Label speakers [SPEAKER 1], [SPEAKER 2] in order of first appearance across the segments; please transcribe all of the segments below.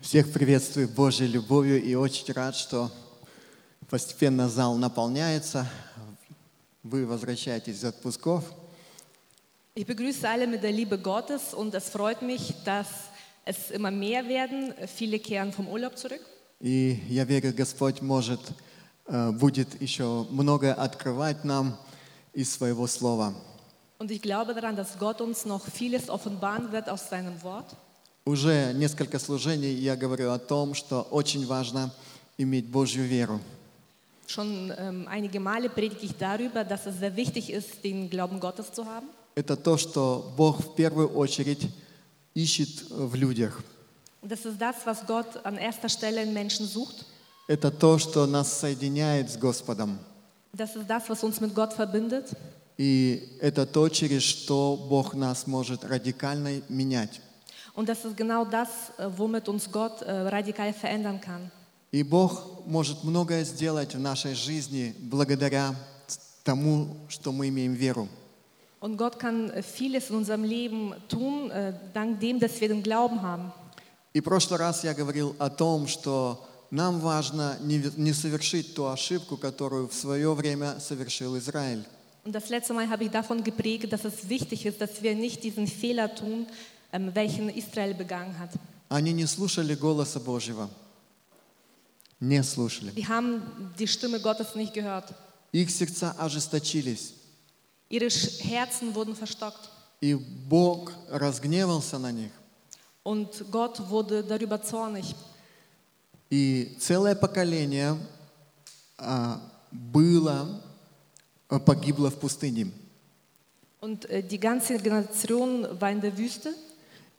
[SPEAKER 1] Всех приветствую Божьей любовью и очень рад, что постепенно зал наполняется. Вы возвращаетесь из отпусков.
[SPEAKER 2] Ich begrüße alle mit der Liebe Gottes und es freut mich, dass es immer mehr werden. Viele kehren vom Urlaub zurück.
[SPEAKER 1] И я верю, Господь может, э, будет еще многое открывать нам из своего слова.
[SPEAKER 2] Und ich glaube daran, dass Gott uns noch vieles offenbaren wird aus seinem Wort.
[SPEAKER 1] Уже несколько служений я говорю о том, что очень важно иметь Божью веру.
[SPEAKER 2] Schon ähm, einige Male predige ich darüber, dass es sehr wichtig ist, den Glauben Gottes zu haben.
[SPEAKER 1] Это то, что Бог в первую очередь ищет в людях.
[SPEAKER 2] Und das ist das, was Gott an erster Stelle in Menschen sucht.
[SPEAKER 1] Это то, что нас соединяет с Господом.
[SPEAKER 2] Das ist das, was uns mit Gott verbindet.
[SPEAKER 1] И это то, через что Бог нас может радикально менять.
[SPEAKER 2] Und das ist genau das, äh, womit uns Gott äh, radikal verändern kann.
[SPEAKER 1] И Бог может многое сделать в нашей жизни благодаря тому, что мы имеем веру.
[SPEAKER 2] Und Gott kann äh, vieles in unserem Leben tun, äh, dank dem, dass wir den Glauben haben.
[SPEAKER 1] И в прошлый раз я говорил о том, что нам важно не, в- не совершить ту ошибку, которую в свое время совершил Израиль.
[SPEAKER 2] Und das letzte Mal habe ich davon geprägt, dass es wichtig ist, dass wir nicht diesen Fehler tun, ähm, welchen Israel begangen hat.
[SPEAKER 1] Они не слушали голоса Божьего. Не слушали.
[SPEAKER 2] Die haben die Stimme Gottes nicht gehört.
[SPEAKER 1] Их сердца ожесточились.
[SPEAKER 2] Ihre Sch- Herzen wurden verstockt.
[SPEAKER 1] И Бог разгневался на них.
[SPEAKER 2] Und Gott wurde darüber zornig.
[SPEAKER 1] И целое поколение а, было, а, погибло в пустыне.
[SPEAKER 2] Und äh, die ganze Generation war in der Wüste.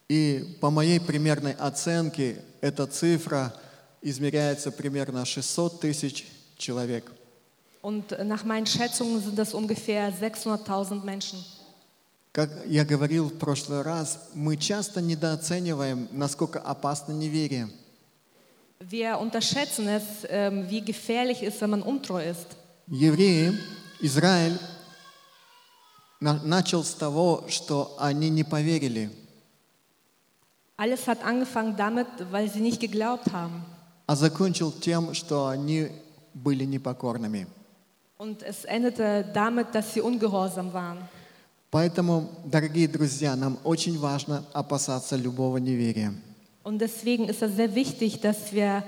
[SPEAKER 1] И по моей примерной оценке эта цифра измеряется примерно 600 тысяч человек.
[SPEAKER 2] Und äh, nach meinen Schätzungen sind das ungefähr 600.000 Menschen.
[SPEAKER 1] Как я говорил в прошлый раз, мы часто недооцениваем, насколько опасно неверие.
[SPEAKER 2] Wir unterschätzen es, ähm, wie gefährlich es ist, wenn man untreu ist.
[SPEAKER 1] Евреи, Израиль на- начал с того, что они не поверили,
[SPEAKER 2] Alles hat angefangen damit, weil sie nicht geglaubt haben.
[SPEAKER 1] а закончил тем, что они были непокорными.
[SPEAKER 2] Und es endete damit, dass sie ungehorsam waren.
[SPEAKER 1] Поэтому, дорогие друзья, нам очень важно опасаться любого неверия.
[SPEAKER 2] Und deswegen ist es sehr wichtig, dass wir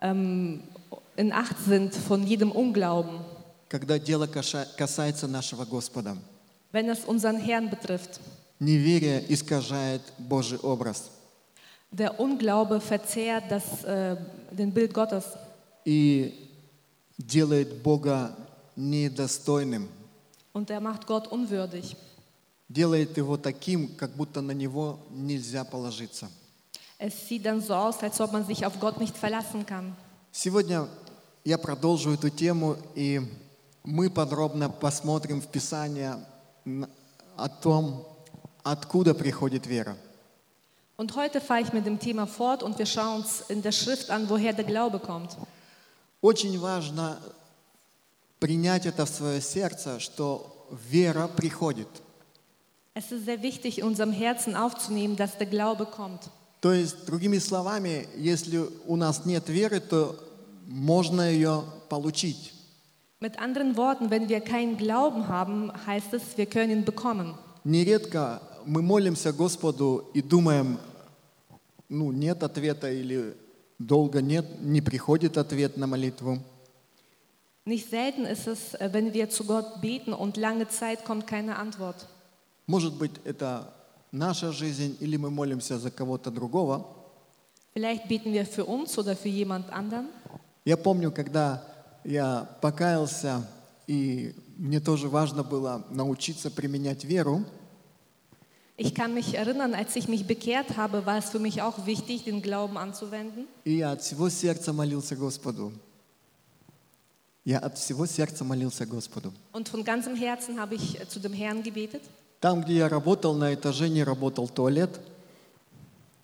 [SPEAKER 2] ähm, in Acht sind von jedem Unglauben,
[SPEAKER 1] Когда дело каша- касается нашего Господа,
[SPEAKER 2] wenn es unseren Herrn betrifft.
[SPEAKER 1] неверие искажает Божий образ.
[SPEAKER 2] Der Unglaube verzehrt das, äh, den Bild Gottes
[SPEAKER 1] и делает Бога недостойным,
[SPEAKER 2] und er macht Gott unwürdig.
[SPEAKER 1] делает его таким, как будто на него нельзя положиться.
[SPEAKER 2] Es sieht dann so aus, als ob man sich auf Gott nicht verlassen kann.
[SPEAKER 1] Сегодня я продолжу эту тему, и мы подробно посмотрим в Писании на- о том, откуда приходит вера.
[SPEAKER 2] Und heute fahre ich mit dem Thema fort und wir schauen uns in der Schrift an, woher der Glaube kommt.
[SPEAKER 1] Очень важно принять это в свое сердце, что вера приходит.
[SPEAKER 2] Es ist sehr wichtig, in unserem Herzen aufzunehmen, dass der Glaube kommt.
[SPEAKER 1] То есть, другими словами, если у нас нет веры, то можно ее получить.
[SPEAKER 2] Mit anderen Worten, wenn wir keinen Glauben haben, heißt es, wir können ihn bekommen.
[SPEAKER 1] Нередко мы молимся Господу и думаем, ну, нет ответа или долго нет, не приходит ответ на молитву.
[SPEAKER 2] Nicht selten ist es, äh, wenn wir zu Gott beten und lange Zeit kommt keine Antwort.
[SPEAKER 1] Может быть, это наша жизнь, или мы молимся за кого-то другого.
[SPEAKER 2] Vielleicht beten wir für uns oder für jemand anderen.
[SPEAKER 1] Я помню, когда я покаялся, и мне тоже важно было научиться применять веру,
[SPEAKER 2] Ich kann mich erinnern, als ich mich bekehrt habe, war es für mich auch wichtig, den Glauben anzuwenden.
[SPEAKER 1] и я от всего сердца молился Господу. Я от всего сердца молился Господу.
[SPEAKER 2] Und von ganzem Herzen habe ich äh, zu dem Herrn gebetet.
[SPEAKER 1] Там, где я работал, на этаже не работал туалет.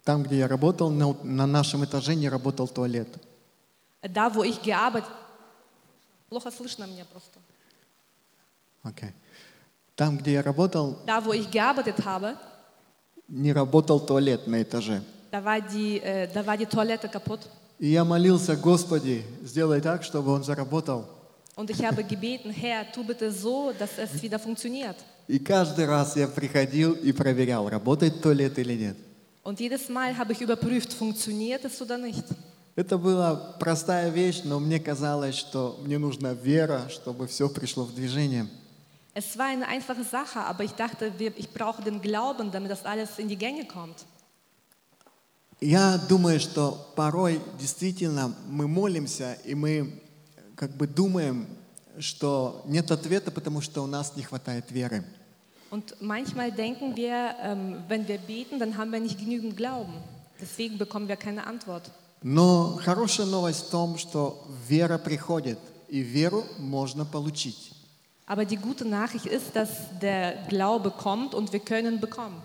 [SPEAKER 1] Там, где я работал, на, на нашем этаже не работал туалет.
[SPEAKER 2] Äh, Da, wo ich gearbeitet Плохо слышно меня просто.
[SPEAKER 1] Окей. Там, где я работал,
[SPEAKER 2] Da, wo ich gearbeitet habe,
[SPEAKER 1] не работал туалет на этаже.
[SPEAKER 2] Da war die, äh, da war die Toilette kaputt.
[SPEAKER 1] И я молился, Господи, сделай так, чтобы он заработал.
[SPEAKER 2] Und ich habe gebeten, Herr, tu bitte so, dass es wieder funktioniert.
[SPEAKER 1] И каждый раз я приходил и проверял, работает туалет или нет.
[SPEAKER 2] Und jedes Mal habe ich überprüft, funktioniert es oder nicht.
[SPEAKER 1] Это была простая вещь, но мне казалось, что мне нужна вера, чтобы все пришло в движение.
[SPEAKER 2] Es war eine einfache Sache, aber ich dachte, wir- ich brauche den Glauben, damit das alles in die Gänge kommt.
[SPEAKER 1] Я думаю, что порой действительно мы молимся, и мы э, как бы думаем, что нет ответа, потому что у нас не хватает веры.
[SPEAKER 2] Und manchmal denken wir, ähm, wenn wir beten, dann haben wir nicht genügend Glauben. Deswegen bekommen wir keine Antwort.
[SPEAKER 1] Но хорошая новость в том, что вера приходит, и веру можно получить.
[SPEAKER 2] Aber die gute Nachricht ist, dass der Glaube kommt und wir können bekommen.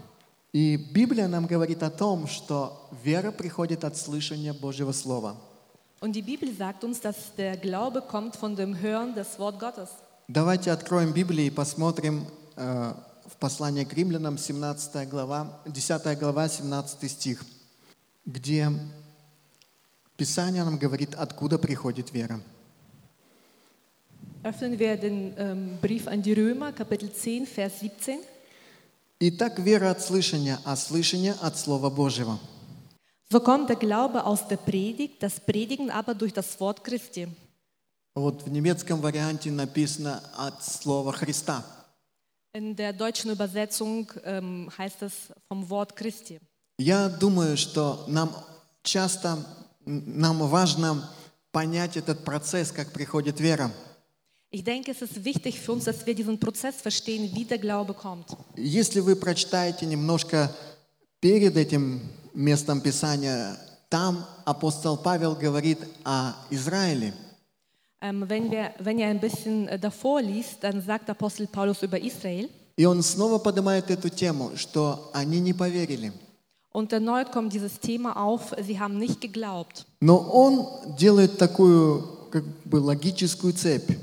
[SPEAKER 1] И Библия нам говорит о том, что вера приходит от слышания Божьего Слова.
[SPEAKER 2] Und die Bibel sagt uns, dass der Glaube kommt von dem Hören des Wort Gottes.
[SPEAKER 1] Давайте откроем Библию и посмотрим э, в послании к римлянам 17 глава, 10 глава, 17 стих, где Писание нам говорит, откуда приходит вера.
[SPEAKER 2] Öffnen wir den ähm, Brief an die Römer, Kapitel 10, Vers 17.
[SPEAKER 1] Итак, вера от слышания, а слышание от Слова Божьего.
[SPEAKER 2] So kommt der Glaube aus der Predigt, das Predigen aber durch das Wort Christi.
[SPEAKER 1] Вот в немецком варианте написано «от Слова Христа».
[SPEAKER 2] In der deutschen Übersetzung ähm, heißt es vom Wort Christi.
[SPEAKER 1] Я думаю, что нам часто, м, нам важно понять этот процесс, как приходит вера.
[SPEAKER 2] Ich denke, es ist wichtig für uns, dass wir diesen Prozess verstehen, wie der Glaube kommt.
[SPEAKER 1] Если вы прочитаете немножко перед этим местом Писания, там апостол Павел говорит о Израиле.
[SPEAKER 2] Ähm, wenn, wir, wenn ihr ein bisschen äh, davor liest, dann sagt Apostel Paulus über Israel.
[SPEAKER 1] И он снова поднимает эту тему, что они не поверили.
[SPEAKER 2] Und erneut kommt dieses Thema auf, sie haben nicht geglaubt.
[SPEAKER 1] Но он делает такую как бы логическую цепь.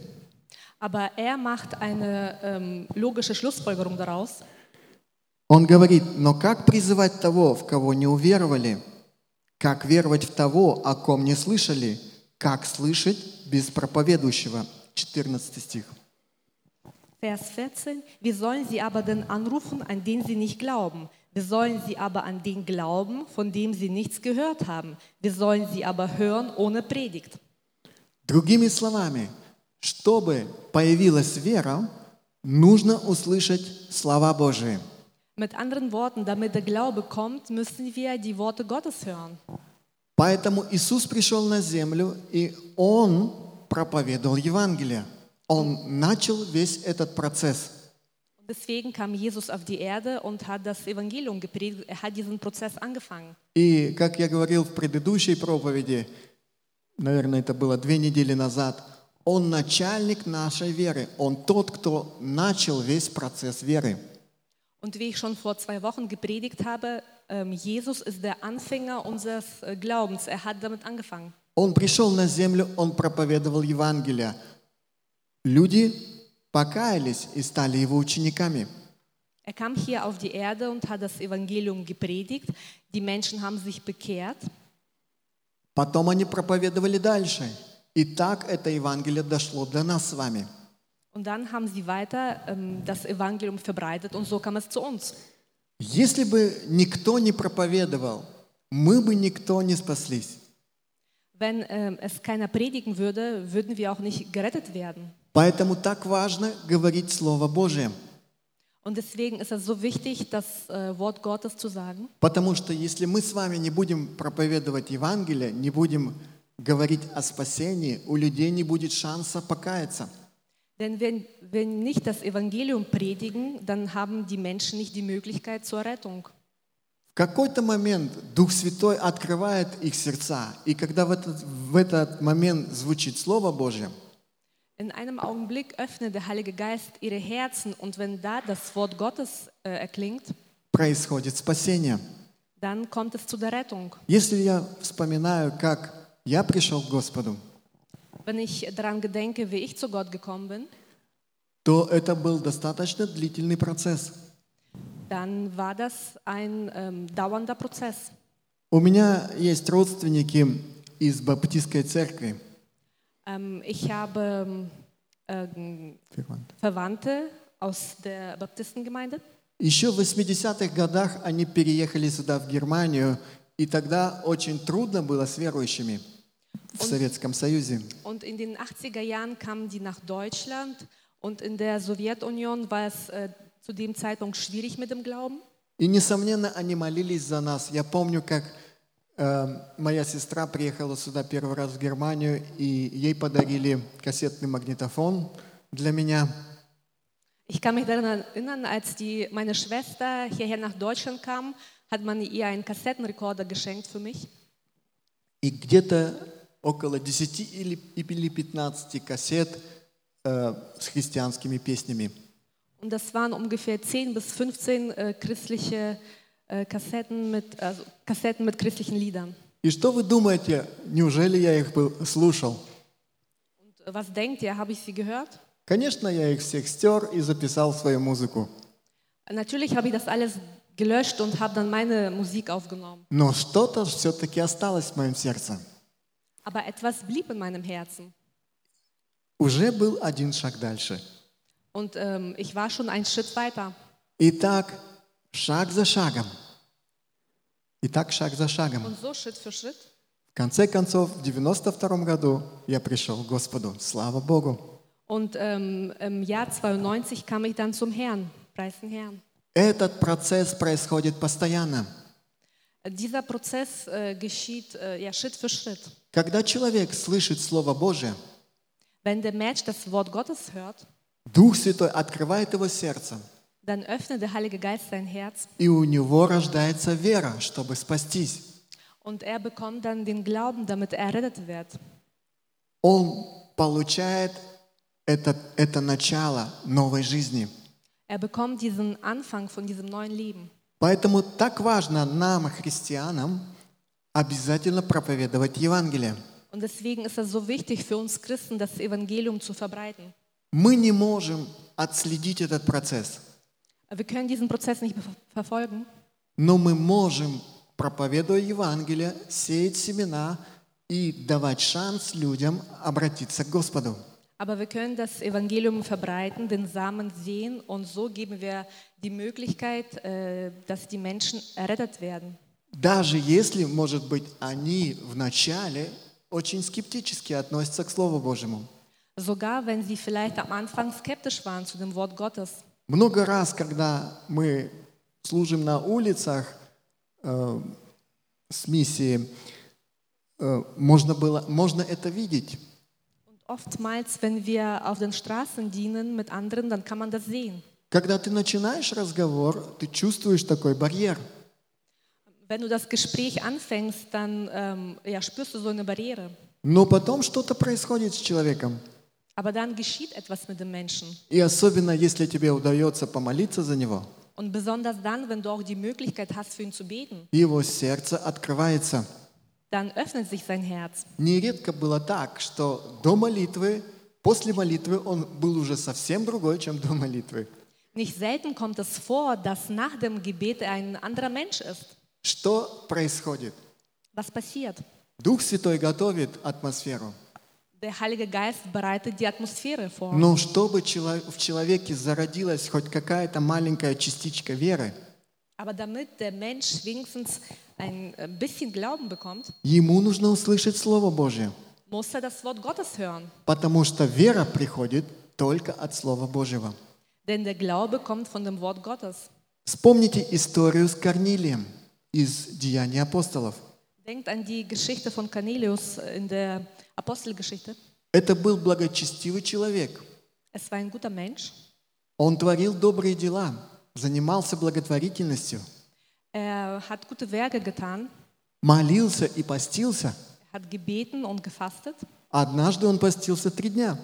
[SPEAKER 2] Aber er macht eine ähm, logische Schlussfolgerung daraus.
[SPEAKER 1] Он говорит, но как призывать того, в кого не уверовали? Как веровать в того, о ком не слышали? Как слышать без проповедующего? 14 стих.
[SPEAKER 2] Vers 14, wie sollen sie aber denn anrufen, an den sie nicht glauben? Wir sollen sie aber an den glauben, von dem sie nichts gehört haben? Wir sollen sie aber hören ohne Predigt?
[SPEAKER 1] Другими словами, чтобы появилась вера, нужно услышать слова Божии.
[SPEAKER 2] Mit anderen Worten, damit der Glaube kommt, müssen wir die Worte Gottes hören.
[SPEAKER 1] Поэтому Иисус пришел на землю, и Он проповедовал Евангелие. Он начал весь этот процесс.
[SPEAKER 2] Und Deswegen kam Jesus auf die Erde und hat das Evangelium gepredigt. Er hat diesen Prozess angefangen.
[SPEAKER 1] И, как я говорил в предыдущей проповеди, наверное, это было две недели назад, Он начальник нашей веры. Он тот, кто начал весь процесс веры.
[SPEAKER 2] Und wie ich schon vor zwei Wochen gepredigt habe, ähm, Jesus ist der Anfänger unseres äh, Glaubens. Er hat damit angefangen.
[SPEAKER 1] Он пришел на землю, он проповедовал Евангелие. Люди покаялись и стали его учениками.
[SPEAKER 2] Er kam hier auf die Erde und hat das Evangelium gepredigt. Die Menschen haben sich bekehrt.
[SPEAKER 1] Потом они проповедовали дальше. И так это Евангелие дошло до нас с вами.
[SPEAKER 2] Und dann haben sie weiter ähm, das Evangelium verbreitet und so kam es zu uns.
[SPEAKER 1] Если бы никто не проповедовал, мы бы никто не спаслись.
[SPEAKER 2] Wenn ähm, es keiner predigen würde, würden wir auch nicht gerettet werden.
[SPEAKER 1] Поэтому так важно говорить Слово Божие.
[SPEAKER 2] Und deswegen ist es so wichtig, das äh, Wort Gottes zu sagen.
[SPEAKER 1] Потому что если мы с вами не будем проповедовать Евангелие, не будем говорить о спасении, у людей не будет шанса покаяться.
[SPEAKER 2] Denn wenn wir nicht das Evangelium predigen, dann haben die Menschen nicht die Möglichkeit zur Rettung.
[SPEAKER 1] В какой-то момент Дух Святой открывает их сердца, и когда в этот, в этот момент звучит Слово Божье,
[SPEAKER 2] In einem Augenblick öffnet der Heilige Geist ihre Herzen und wenn da das Wort Gottes äh, erklingt,
[SPEAKER 1] происходит спасение.
[SPEAKER 2] dann kommt es zu der Rettung.
[SPEAKER 1] Если я вспоминаю, как я пришел к Господу,
[SPEAKER 2] Wenn ich daran gedenke, wie ich zu Gott gekommen bin,
[SPEAKER 1] то это был достаточно длительный процесс.
[SPEAKER 2] dann war das ein ähm, dauernder Prozess.
[SPEAKER 1] У меня есть родственники из Баптистской церкви.
[SPEAKER 2] Ähm, ich habe ähm, Verwandte aus der Baptistengemeinde.
[SPEAKER 1] Еще в 80-х годах они переехали сюда, в Германию, и тогда очень трудно было с верующими в Советском Союзе.
[SPEAKER 2] Und in den 80er Jahren kamen die nach Deutschland und in der Sowjetunion war es äh, zu dem Zeitpunkt schwierig mit dem Glauben.
[SPEAKER 1] И, несомненно, они молились за нас. Я помню, как э, моя сестра приехала сюда первый раз в Германию, и ей подарили кассетный магнитофон для меня.
[SPEAKER 2] Ich kann mich daran erinnern, als die, meine Schwester hierher nach Deutschland kam, hat man ihr einen Kassettenrekorder geschenkt für mich.
[SPEAKER 1] И где-то около 10 или, или 15 кассет э, с христианскими песнями.
[SPEAKER 2] Und das waren ungefähr 10 bis 15 äh, christliche äh, Kassetten, mit, also Kassetten mit christlichen Liedern.
[SPEAKER 1] И что вы думаете, неужели я их был- слушал?
[SPEAKER 2] Und äh, was denkt ihr, habe ich sie gehört?
[SPEAKER 1] Конечно, я их всех стер и записал свою музыку.
[SPEAKER 2] Natürlich habe ich das alles gelöscht und habe dann meine Musik aufgenommen.
[SPEAKER 1] Но что-то все-таки осталось в моем сердце.
[SPEAKER 2] Aber etwas blieb in meinem Herzen.
[SPEAKER 1] Уже был один шаг дальше.
[SPEAKER 2] Und ähm, ich war schon einen Schritt weiter.
[SPEAKER 1] Итак, шаг за шагом. Итак, шаг за шагом.
[SPEAKER 2] Und so Schritt für Schritt.
[SPEAKER 1] В конце концов, в 92 году я пришел к Господу. Слава Богу.
[SPEAKER 2] Und ähm, im Jahr 92 kam ich dann zum Herrn, preis den Herrn.
[SPEAKER 1] Этот процесс происходит постоянно.
[SPEAKER 2] Dieser Prozess äh, geschieht äh, ja, Schritt für Schritt.
[SPEAKER 1] Когда человек слышит Слово Божие,
[SPEAKER 2] Wenn der Mensch das Wort Gottes hört,
[SPEAKER 1] Дух Святой открывает его сердце,
[SPEAKER 2] dann öffnet der Heilige Geist sein Herz
[SPEAKER 1] и у него рождается вера, чтобы спастись.
[SPEAKER 2] und er bekommt dann den Glauben, damit er errettet wird.
[SPEAKER 1] Он получает это, это начало новой жизни.
[SPEAKER 2] Er bekommt diesen Anfang von diesem neuen Leben.
[SPEAKER 1] Поэтому так важно нам, христианам, обязательно проповедовать Евангелие.
[SPEAKER 2] Und deswegen ist es so wichtig für uns Christen, das Evangelium zu verbreiten.
[SPEAKER 1] Мы не можем отследить этот процесс,
[SPEAKER 2] Wir können diesen Prozess nicht ver- verfolgen,
[SPEAKER 1] но мы можем, проповедуя Евангелие, сеять семена и давать шанс людям обратиться к Господу.
[SPEAKER 2] aber wir können das Evangelium verbreiten, den Samen sehen und so geben wir die Möglichkeit, äh, dass die Menschen errettet werden.
[SPEAKER 1] Даже если, может быть, они вначале очень скептически относятся к Слову Божьему.
[SPEAKER 2] Sogar wenn sie vielleicht am Anfang skeptisch waren zu dem Wort Gottes.
[SPEAKER 1] Много раз, когда мы служим на улицах э, с миссией, э, можно, было, можно это видеть.
[SPEAKER 2] Und oftmals, wenn wir auf den Straßen dienen mit anderen, dann kann man das sehen.
[SPEAKER 1] Когда ты начинаешь разговор, ты чувствуешь такой барьер.
[SPEAKER 2] Wenn du das Gespräch anfängst, dann ähm, ja, spürst du so eine Barriere.
[SPEAKER 1] Но потом что-то происходит с человеком.
[SPEAKER 2] Aber dann geschieht etwas mit dem Menschen.
[SPEAKER 1] И особенно, если тебе удается помолиться за него,
[SPEAKER 2] Und besonders dann, wenn du auch die Möglichkeit hast, für ihn zu beten,
[SPEAKER 1] его сердце открывается.
[SPEAKER 2] dann öffnet sich sein Herz.
[SPEAKER 1] Нередко было так, что до молитвы, после молитвы он был уже совсем другой, чем до молитвы.
[SPEAKER 2] Nicht selten kommt es vor, dass nach dem Gebet er ein anderer Mensch ist.
[SPEAKER 1] Что происходит?
[SPEAKER 2] Was passiert?
[SPEAKER 1] Дух Святой готовит атмосферу.
[SPEAKER 2] Der Heilige Geist bereitet die Atmosphäre vor.
[SPEAKER 1] Но чтобы чело- в человеке зародилась хоть какая-то маленькая частичка веры,
[SPEAKER 2] Aber damit der Mensch wenigstens ein äh, bisschen Glauben bekommt,
[SPEAKER 1] ему нужно услышать Слово Божье.
[SPEAKER 2] muss er das Wort Gottes hören.
[SPEAKER 1] Потому что вера приходит только от Слова Божьего.
[SPEAKER 2] Denn der Glaube kommt von dem Wort Gottes.
[SPEAKER 1] Вспомните историю с Корнилием из «Деяний апостолов».
[SPEAKER 2] Denkt an die Geschichte von Cornelius äh, in der Apostelgeschichte.
[SPEAKER 1] Это был благочестивый человек.
[SPEAKER 2] Es war ein guter Mensch.
[SPEAKER 1] Он творил добрые дела, занимался благотворительностью,
[SPEAKER 2] Er hat gute Werke getan.
[SPEAKER 1] молился и постился.
[SPEAKER 2] Er hat gebeten und gefastet.
[SPEAKER 1] Однажды он постился три дня.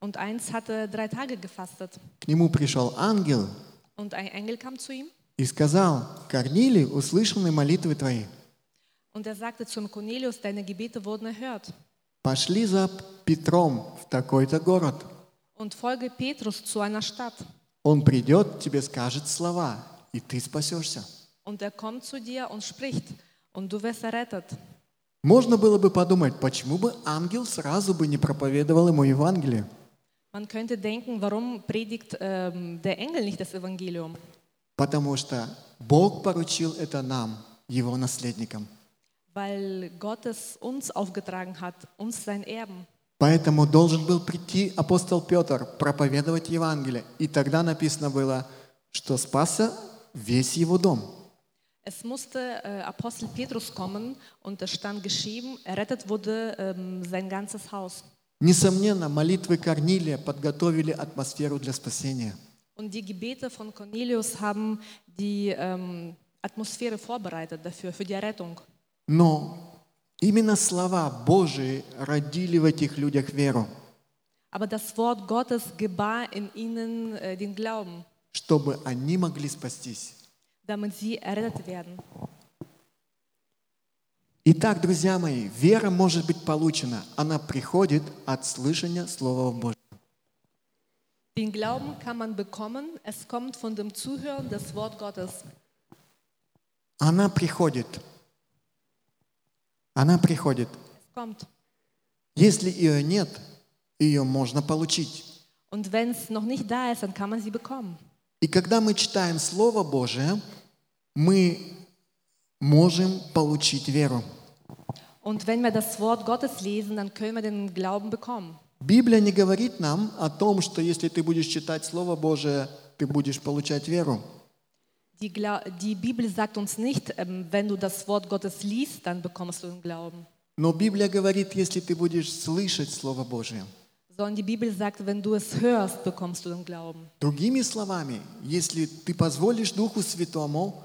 [SPEAKER 2] Und eins hatte er drei Tage gefastet.
[SPEAKER 1] К нему пришел ангел
[SPEAKER 2] Und ein Engel kam zu ihm
[SPEAKER 1] и сказал, «Корнилий, услышаны молитвы твои.
[SPEAKER 2] und er sagte zum Cornelius, deine Gebete wurden erhört.
[SPEAKER 1] Пошли за Петром в такой-то город.
[SPEAKER 2] Und folge Petrus zu einer Stadt.
[SPEAKER 1] Он придет, тебе скажет слова, и ты спасешься».
[SPEAKER 2] Und er kommt zu dir und spricht. und du wirst errettet.
[SPEAKER 1] Можно было бы подумать, почему бы ангел сразу бы не проповедовал ему Евангелие?
[SPEAKER 2] Man könnte denken, warum predigt ähm, der Engel nicht das Evangelium?
[SPEAKER 1] Потому что Бог поручил это нам, его наследникам.
[SPEAKER 2] Weil Gott es uns aufgetragen hat, uns sein Erben.
[SPEAKER 1] Поэтому должен был прийти апостол Петр, проповедовать Евангелие. И тогда написано было, что спасся весь его дом.
[SPEAKER 2] Es musste äh, Apostel Petrus kommen und es stand geschrieben, errettet wurde ähm, sein ganzes Haus.
[SPEAKER 1] Несомненно, молитвы Корнилия подготовили атмосферу для спасения.
[SPEAKER 2] Und die Gebete von Cornelius haben die ähm, Atmosphäre vorbereitet dafür, für die Errettung.
[SPEAKER 1] Но именно слова Божии родили в этих людях веру,
[SPEAKER 2] Aber das Wort Gottes gebar in ihnen äh, den Glauben,
[SPEAKER 1] чтобы они могли спастись.
[SPEAKER 2] damit sie errettet werden.
[SPEAKER 1] Итак, друзья мои, вера может быть получена. Она приходит от слышания Слова Божьего.
[SPEAKER 2] Den Glauben kann man bekommen, es kommt von dem Zuhören des Wort Gottes.
[SPEAKER 1] Она приходит. Она приходит.
[SPEAKER 2] Es kommt.
[SPEAKER 1] Если ее нет, ее можно получить.
[SPEAKER 2] Und wenn es noch nicht da ist, dann kann man sie bekommen.
[SPEAKER 1] И когда мы читаем Слово Божие, мы можем получить веру.
[SPEAKER 2] Und wenn wir das Wort Gottes lesen, dann können wir den Glauben bekommen.
[SPEAKER 1] Библия не говорит нам о том, что если ты будешь читать Слово Божие, ты будешь получать веру.
[SPEAKER 2] Die, Gla die Bibel sagt uns nicht, ähm, wenn du das Wort Gottes liest, dann bekommst du den Glauben.
[SPEAKER 1] Но Библия говорит, если ты будешь слышать Слово Божие.
[SPEAKER 2] Sondern die Bibel sagt, wenn du es hörst, bekommst du den Glauben.
[SPEAKER 1] Другими словами, если ты позволишь Духу Святому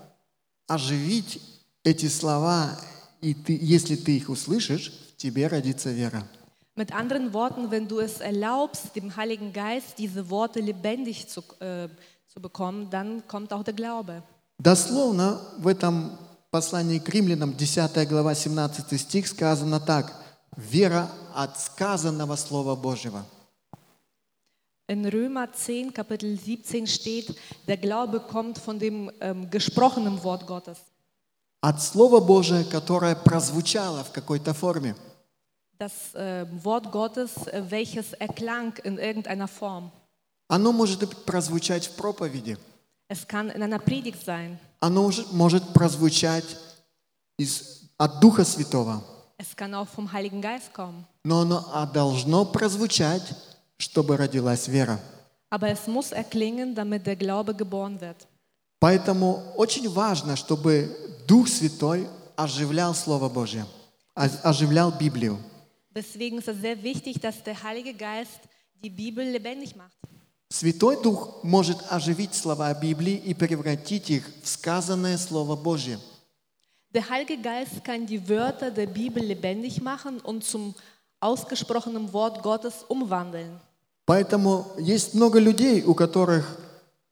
[SPEAKER 1] оживить эти слова, и ты, если ты их услышишь, в тебе родится вера.
[SPEAKER 2] Mit anderen Worten, wenn du es erlaubst, dem Heiligen Geist diese Worte lebendig zu, äh, zu bekommen, dann kommt auch der Glaube.
[SPEAKER 1] Дословно в этом послании к римлянам, 10 глава, 17 стих, сказано так. «Вера от сказанного Слова Божьего».
[SPEAKER 2] In Römer 10, Kapitel 17 steht, der Glaube kommt von dem ähm, gesprochenen Wort Gottes.
[SPEAKER 1] От Слова Божия, которое прозвучало в какой-то форме.
[SPEAKER 2] Das ähm, Wort Gottes, äh, welches erklang in irgendeiner Form.
[SPEAKER 1] Оно может прозвучать в проповеди.
[SPEAKER 2] Es kann in einer Predigt sein.
[SPEAKER 1] Оно уже может прозвучать из, от Духа Святого.
[SPEAKER 2] Es kann auch vom Heiligen Geist kommen.
[SPEAKER 1] Но оно а, должно прозвучать, чтобы родилась вера.
[SPEAKER 2] Aber es muss erklingen, damit der Glaube geboren wird.
[SPEAKER 1] Поэтому очень важно, чтобы Дух Святой оживлял Слово Божье, ож- оживлял Библию.
[SPEAKER 2] Deswegen ist es sehr wichtig, dass der Heilige Geist die Bibel lebendig macht.
[SPEAKER 1] Святой Дух может оживить слова Библии и превратить их в сказанное Слово Божье.
[SPEAKER 2] Der Heilige Geist kann die Wörter der Bibel lebendig machen und zum ausgesprochenen Wort Gottes umwandeln.
[SPEAKER 1] Поэтому есть много людей, у которых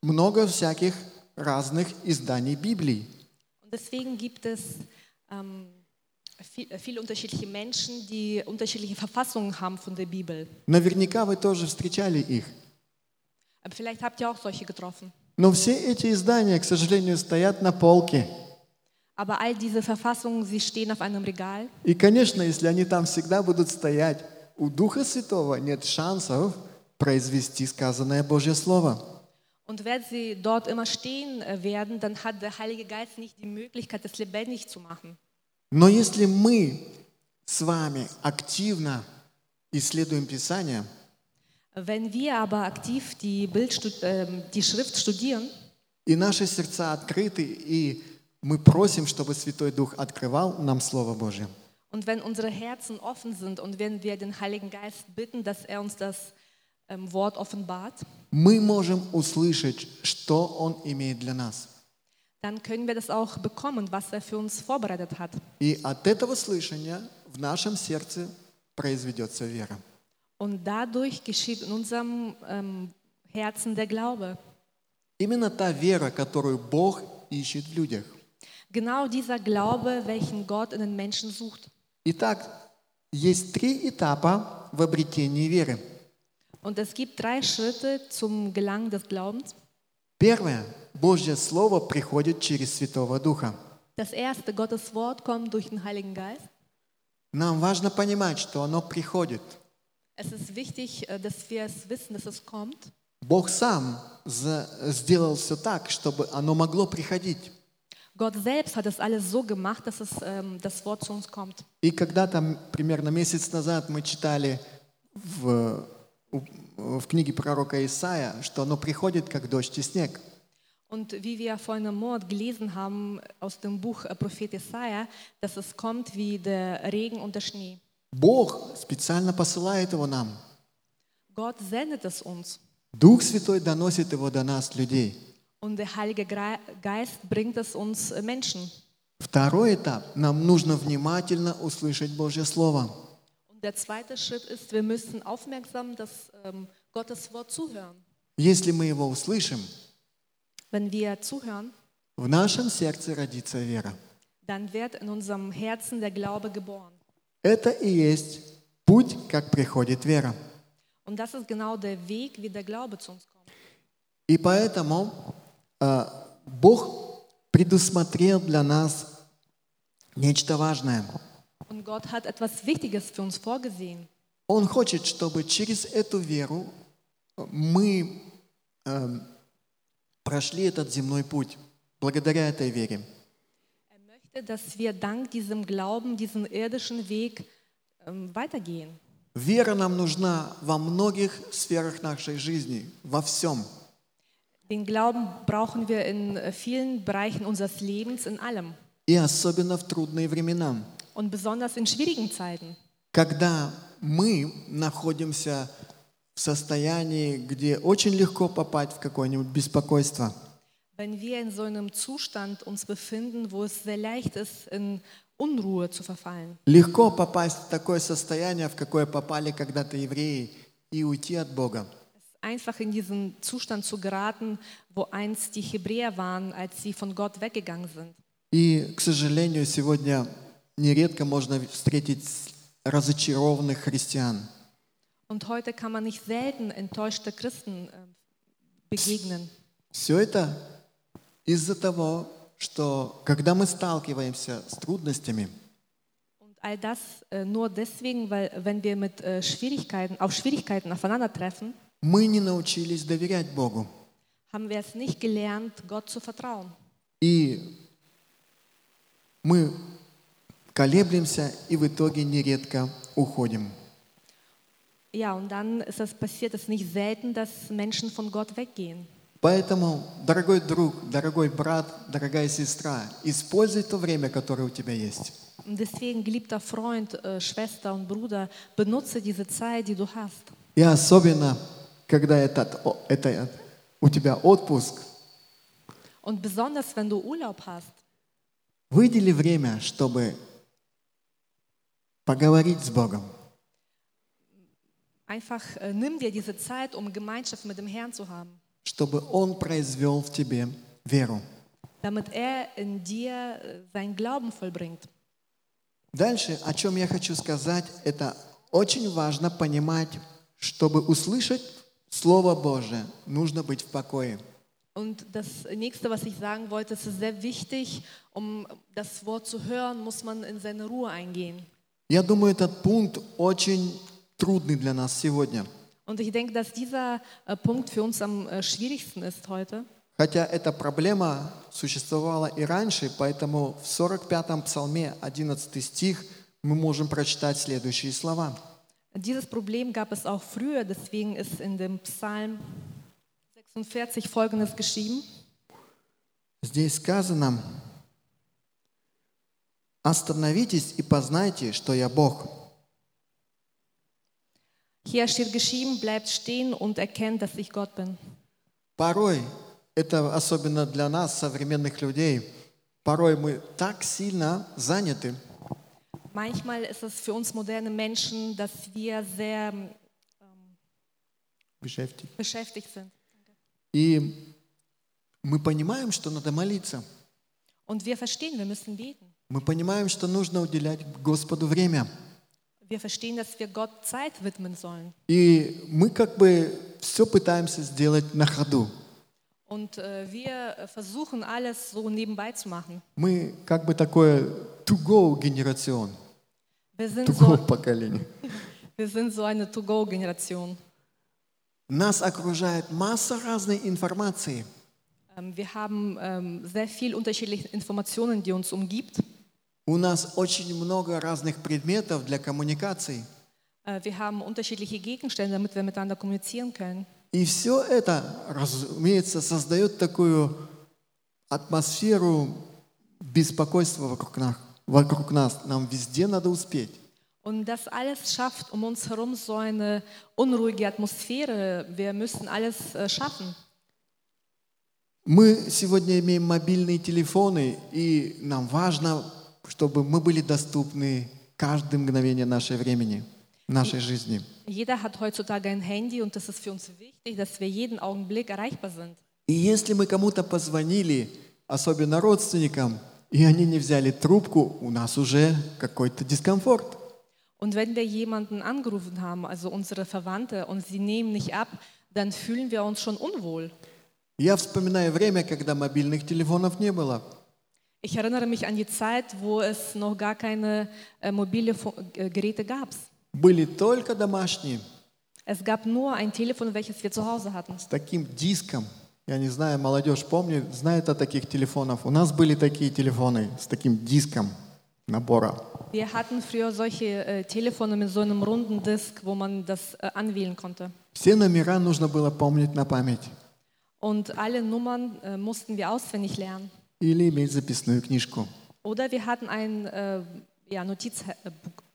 [SPEAKER 1] много всяких разных изданий Библии.
[SPEAKER 2] Und deswegen gibt es ähm, viel, äh, viele unterschiedliche Menschen, die unterschiedliche Verfassungen haben von der Bibel.
[SPEAKER 1] Наверняка вы тоже встречали их.
[SPEAKER 2] Aber vielleicht habt ihr auch solche getroffen.
[SPEAKER 1] Но все эти издания, к сожалению, стоят на полке.
[SPEAKER 2] Aber all diese Verfassungen, sie stehen auf einem Regal.
[SPEAKER 1] И, конечно, если они там всегда будут стоять, у Духа Святого нет шансов произвести сказанное Божье Слово.
[SPEAKER 2] Und wenn sie dort immer stehen äh, werden, dann hat der Heilige Geist nicht die Möglichkeit, es lebendig zu machen.
[SPEAKER 1] Но если мы с вами активно исследуем Писание,
[SPEAKER 2] Wenn wir aber aktiv die, Bildstu- ähm, die Schrift studieren
[SPEAKER 1] и наши сердца открыты, и мы просим, чтобы Святой Дух открывал нам Слово Божье,
[SPEAKER 2] und wenn unsere Herzen offen sind und wenn wir den Heiligen Geist bitten, dass er uns das ähm, Wort offenbart,
[SPEAKER 1] мы можем услышать, что Он имеет для нас.
[SPEAKER 2] dann können wir das auch bekommen, was er für uns vorbereitet hat.
[SPEAKER 1] И от этого слышания в нашем сердце произведется вера.
[SPEAKER 2] Und dadurch geschieht in unserem ähm, Herzen der Glaube.
[SPEAKER 1] Именно та вера, которую Бог ищет в людях.
[SPEAKER 2] Genau dieser Glaube, welchen Gott in den Menschen sucht.
[SPEAKER 1] Итак, есть три этапа в обретении веры.
[SPEAKER 2] Und es gibt drei Schritte zum Gelangen des Glaubens.
[SPEAKER 1] Первое. Божье Слово приходит через Святого Духа.
[SPEAKER 2] Das erste, Gottes Wort kommt durch den Heiligen Geist.
[SPEAKER 1] Нам важно понимать, что оно приходит.
[SPEAKER 2] Es ist wichtig, äh, dass wir es wissen, dass es kommt.
[SPEAKER 1] Бог сам за- сделал все так, чтобы оно могло приходить.
[SPEAKER 2] Gott selbst hat es alles so gemacht, dass es, ähm, das Wort zu uns kommt.
[SPEAKER 1] И когда-то м, примерно месяц назад мы читали в, у- в книге пророка Исаия, что оно приходит как дождь и снег.
[SPEAKER 2] Und wie wir vor einem Monat gelesen haben aus dem Buch äh, Prophet Jesaja, dass es kommt wie der Regen und der Schnee.
[SPEAKER 1] Бог специально посылает его нам.
[SPEAKER 2] Gott sendet es uns
[SPEAKER 1] Дух Святой доносит его до нас, людей.
[SPEAKER 2] und der Heilige Gra- Geist bringt es uns äh, Menschen.
[SPEAKER 1] Второй этап. Нам нужно внимательно услышать Божье Слово.
[SPEAKER 2] Und der zweite Schritt ist, wir müssen aufmerksam das ähm, Gottes Wort zuhören.
[SPEAKER 1] Если мы его услышим,
[SPEAKER 2] Wenn wir zuhören,
[SPEAKER 1] в нашем сердце родится вера.
[SPEAKER 2] dann wird in unserem Herzen der Glaube geboren.
[SPEAKER 1] Это и есть путь, как приходит вера.
[SPEAKER 2] Und das ist genau der Weg, wie der Glaube zu uns kommt.
[SPEAKER 1] И поэтому э, Бог предусмотрел для нас нечто важное.
[SPEAKER 2] Und Gott hat etwas Wichtiges für uns vorgesehen.
[SPEAKER 1] Он хочет, чтобы через эту веру мы э, прошли этот земной путь благодаря этой вере.
[SPEAKER 2] Er möchte, dass wir dank diesem Glauben diesen irdischen Weg ähm, weitergehen.
[SPEAKER 1] Вера нам нужна во многих сферах нашей жизни, во всем.
[SPEAKER 2] Den Glauben brauchen wir in äh, vielen Bereichen unseres Lebens, in allem.
[SPEAKER 1] И особенно в трудные времена,
[SPEAKER 2] Und besonders in schwierigen Zeiten,
[SPEAKER 1] когда мы находимся в состоянии, где очень легко попасть в какое-нибудь беспокойство.
[SPEAKER 2] wenn wir in so einem Zustand uns befinden, wo es sehr leicht ist, in Unruhe zu verfallen.
[SPEAKER 1] Легко попасть в такое состояние, в какое попали когда-то евреи, и уйти от Бога.
[SPEAKER 2] Es ist einfach in diesen Zustand zu geraten, wo einst die Hebräer waren, als sie von Gott weggegangen sind.
[SPEAKER 1] И, к сожалению, сегодня нередко можно встретить разочарованных христиан,
[SPEAKER 2] Und heute kann man nicht selten enttäuschte Christen äh, begegnen.
[SPEAKER 1] Все это из-за того, что когда мы сталкиваемся с трудностями,
[SPEAKER 2] Und all das äh, nur deswegen, weil wenn wir mit äh, Schwierigkeiten, auf Schwierigkeiten aufeinandertreffen,
[SPEAKER 1] мы не научились доверять Богу.
[SPEAKER 2] haben wir es nicht gelernt, Gott zu vertrauen.
[SPEAKER 1] И мы колеблемся и в итоге нередко уходим.
[SPEAKER 2] Ja, und dann ist es passiert, es ist nicht selten, dass Menschen von Gott weggehen.
[SPEAKER 1] Поэтому, дорогой друг, дорогой брат, дорогая сестра, используй то время, которое у тебя есть.
[SPEAKER 2] Und deswegen, geliebter Freund, äh, Schwester und Bruder, benutze diese Zeit, die du hast.
[SPEAKER 1] И особенно, когда этот, о- это, у тебя отпуск,
[SPEAKER 2] Und besonders, wenn du Urlaub hast,
[SPEAKER 1] выдели время, чтобы поговорить с Богом.
[SPEAKER 2] einfach äh, nimm dir diese Zeit, um Gemeinschaft mit dem Herrn zu haben,
[SPEAKER 1] чтобы Он произвел в тебе веру.
[SPEAKER 2] damit er in dir äh, seinen Glauben vollbringt.
[SPEAKER 1] Дальше, о чем я хочу сказать, это очень важно понимать, чтобы услышать Слово Божие, нужно быть в покое.
[SPEAKER 2] Und das nächste, was ich sagen wollte, es ist sehr wichtig, um das Wort zu hören, muss man in seine Ruhe eingehen.
[SPEAKER 1] Я думаю, этот пункт очень трудный для нас сегодня.
[SPEAKER 2] Und ich denke, dass dieser äh, Punkt für uns am äh, schwierigsten ist heute.
[SPEAKER 1] Хотя эта проблема существовала и раньше, поэтому в 45-м псалме 11 стих мы можем прочитать следующие слова.
[SPEAKER 2] Dieses Problem gab es auch früher, deswegen ist in dem Psalm 46 folgendes geschrieben.
[SPEAKER 1] Здесь сказано, «Остановитесь и познайте, что я Бог.
[SPEAKER 2] Hier steht geschrieben, bleibt stehen und erkennt, dass ich Gott bin.
[SPEAKER 1] Порой, это особенно для нас, современных людей, порой мы так сильно заняты,
[SPEAKER 2] Manchmal ist es für uns moderne Menschen, dass wir sehr ähm, beschäftigt sind.
[SPEAKER 1] и мы понимаем, что надо молиться.
[SPEAKER 2] Und wir verstehen, wir müssen beten.
[SPEAKER 1] Мы понимаем, что нужно уделять Господу время.
[SPEAKER 2] Wir verstehen, dass wir Gott Zeit widmen sollen.
[SPEAKER 1] И мы как бы все пытаемся сделать на ходу.
[SPEAKER 2] Und äh, wir äh, versuchen alles so nebenbei zu machen.
[SPEAKER 1] Мы как бы такое to-go генерацион,
[SPEAKER 2] Wir sind
[SPEAKER 1] to-go
[SPEAKER 2] so,
[SPEAKER 1] поколение.
[SPEAKER 2] wir sind so eine To-Go-Generation.
[SPEAKER 1] Нас окружает масса разной информации.
[SPEAKER 2] Ähm, wir haben ähm, sehr viel unterschiedliche Informationen, die uns umgibt.
[SPEAKER 1] У нас очень много разных предметов для коммуникаций.
[SPEAKER 2] Äh, wir haben unterschiedliche Gegenstände, damit wir miteinander kommunizieren können.
[SPEAKER 1] И все это, разумеется, создает такую атмосферу беспокойства вокруг нас. Вокруг нас. Нам везде надо успеть.
[SPEAKER 2] Und das alles schafft um uns herum so eine unruhige Atmosphäre. Wir müssen alles äh, schaffen.
[SPEAKER 1] Мы сегодня имеем мобильные телефоны, и нам важно, чтобы мы были доступны каждое мгновение нашей времени, нашей жизни.
[SPEAKER 2] Jeder hat heutzutage ein Handy und es ist für uns wichtig, dass wir jeden Augenblick erreichbar sind.
[SPEAKER 1] И если мы кому-то позвонили, особенно родственникам, и они не взяли трубку, у нас уже какой-то дискомфорт.
[SPEAKER 2] Und wenn wir jemanden angerufen haben, also unsere Verwandte, und sie nehmen nicht ab, dann fühlen wir uns schon unwohl.
[SPEAKER 1] Я вспоминаю время, когда мобильных телефонов не было.
[SPEAKER 2] Ich erinnere mich an die Zeit, wo es noch gar keine äh, mobile Fu äh, Geräte gab.
[SPEAKER 1] Были только домашние,
[SPEAKER 2] Es gab nur ein Telefon, welches wir zu Hause hatten.
[SPEAKER 1] с таким диском. Я не знаю, молодежь помнит, знает о таких телефонах. У нас были такие телефоны с таким диском набора.
[SPEAKER 2] Wir hatten früher solche äh, Telefone mit so einem runden Disk, wo man das äh, anwählen konnte.
[SPEAKER 1] Все номера нужно было помнить на память
[SPEAKER 2] Und alle Nummern äh, mussten wir auswendig lernen.
[SPEAKER 1] или иметь записную книжку.
[SPEAKER 2] Oder wir hatten ein äh, ja, Notizbuch.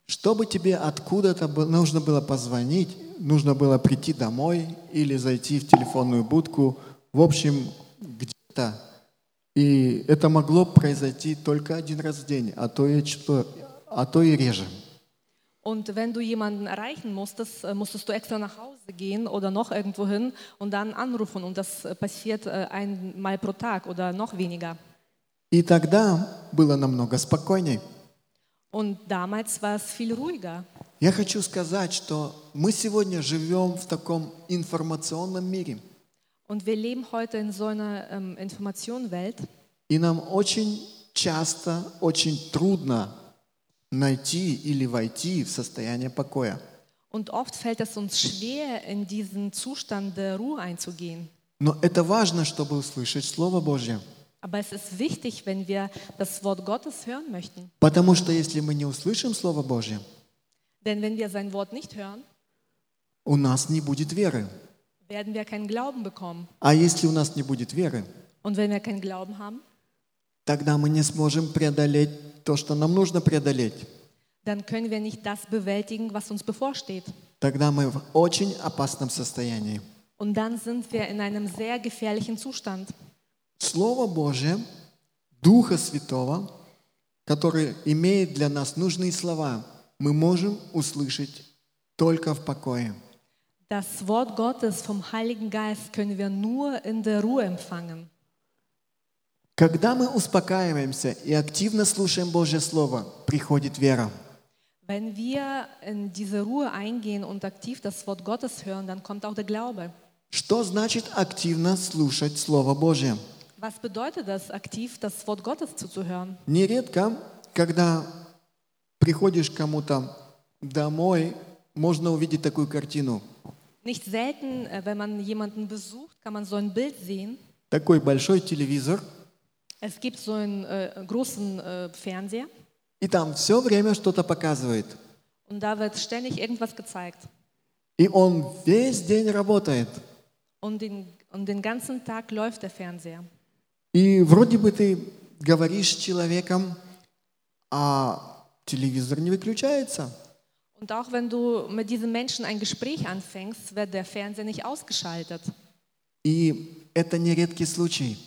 [SPEAKER 1] Чтобы тебе откуда-то бы- нужно было позвонить, нужно было прийти домой или зайти в телефонную будку, в общем, где-то. И это могло произойти только один раз в день, а то и, что, а то и реже.
[SPEAKER 2] Und wenn du jemanden erreichen musstest, äh, musstest du extra nach Hause gehen oder noch irgendwo hin und dann anrufen. Und das äh, passiert äh, einmal pro Tag oder noch weniger.
[SPEAKER 1] И тогда было намного спокойней.
[SPEAKER 2] Und damals war es viel ruhiger.
[SPEAKER 1] Я хочу сказать, что мы сегодня живем в таком информационном мире,
[SPEAKER 2] Und wir leben heute in so einer ähm, Informationenwelt.
[SPEAKER 1] и нам очень часто, очень трудно найти или войти в состояние покоя.
[SPEAKER 2] Und oft fällt es uns schwer, in diesen Zustand der Ruhe einzugehen.
[SPEAKER 1] Но это важно, чтобы услышать Слово Божье.
[SPEAKER 2] Aber es ist wichtig, wenn wir das Wort Gottes hören möchten.
[SPEAKER 1] Потому что если мы не услышим Слово Божье,
[SPEAKER 2] Denn wenn wir sein Wort nicht hören,
[SPEAKER 1] у нас не будет веры.
[SPEAKER 2] werden wir keinen Glauben bekommen.
[SPEAKER 1] А если у нас не будет веры,
[SPEAKER 2] Und wenn wir keinen Glauben haben,
[SPEAKER 1] тогда мы не сможем преодолеть то, что нам нужно преодолеть.
[SPEAKER 2] dann können wir nicht das bewältigen, was uns bevorsteht.
[SPEAKER 1] Тогда мы в очень опасном состоянии.
[SPEAKER 2] Und dann sind wir in einem sehr gefährlichen Zustand.
[SPEAKER 1] Слово Божье, Духа Святого, который имеет для нас нужные слова, мы можем услышать только в покое.
[SPEAKER 2] Das Wort Gottes vom Heiligen Geist können wir nur in der Ruhe empfangen.
[SPEAKER 1] Когда мы успокаиваемся и активно слушаем Божье Слово, приходит вера.
[SPEAKER 2] Wenn wir in diese Ruhe eingehen und aktiv das Wort Gottes hören, dann kommt auch der Glaube.
[SPEAKER 1] Что значит активно слушать Слово Божье?
[SPEAKER 2] Was bedeutet das, aktiv das Wort Gottes zuzuhören?
[SPEAKER 1] Нередко, когда приходишь к кому-то домой, можно увидеть такую картину.
[SPEAKER 2] Nicht selten, äh, wenn man jemanden besucht, kann man so ein Bild sehen.
[SPEAKER 1] Такой большой телевизор,
[SPEAKER 2] Es gibt so einen äh, großen äh, Fernseher
[SPEAKER 1] и там все время что-то показывает.
[SPEAKER 2] und da wird ständig irgendwas gezeigt.
[SPEAKER 1] И он весь день работает.
[SPEAKER 2] Und den, und den ganzen Tag läuft der Fernseher.
[SPEAKER 1] И вроде бы ты говоришь с человеком, а телевизор не выключается.
[SPEAKER 2] Und auch wenn du mit diesem Menschen ein Gespräch anfängst, wird der Fernseher nicht ausgeschaltet.
[SPEAKER 1] И это не редкий случай.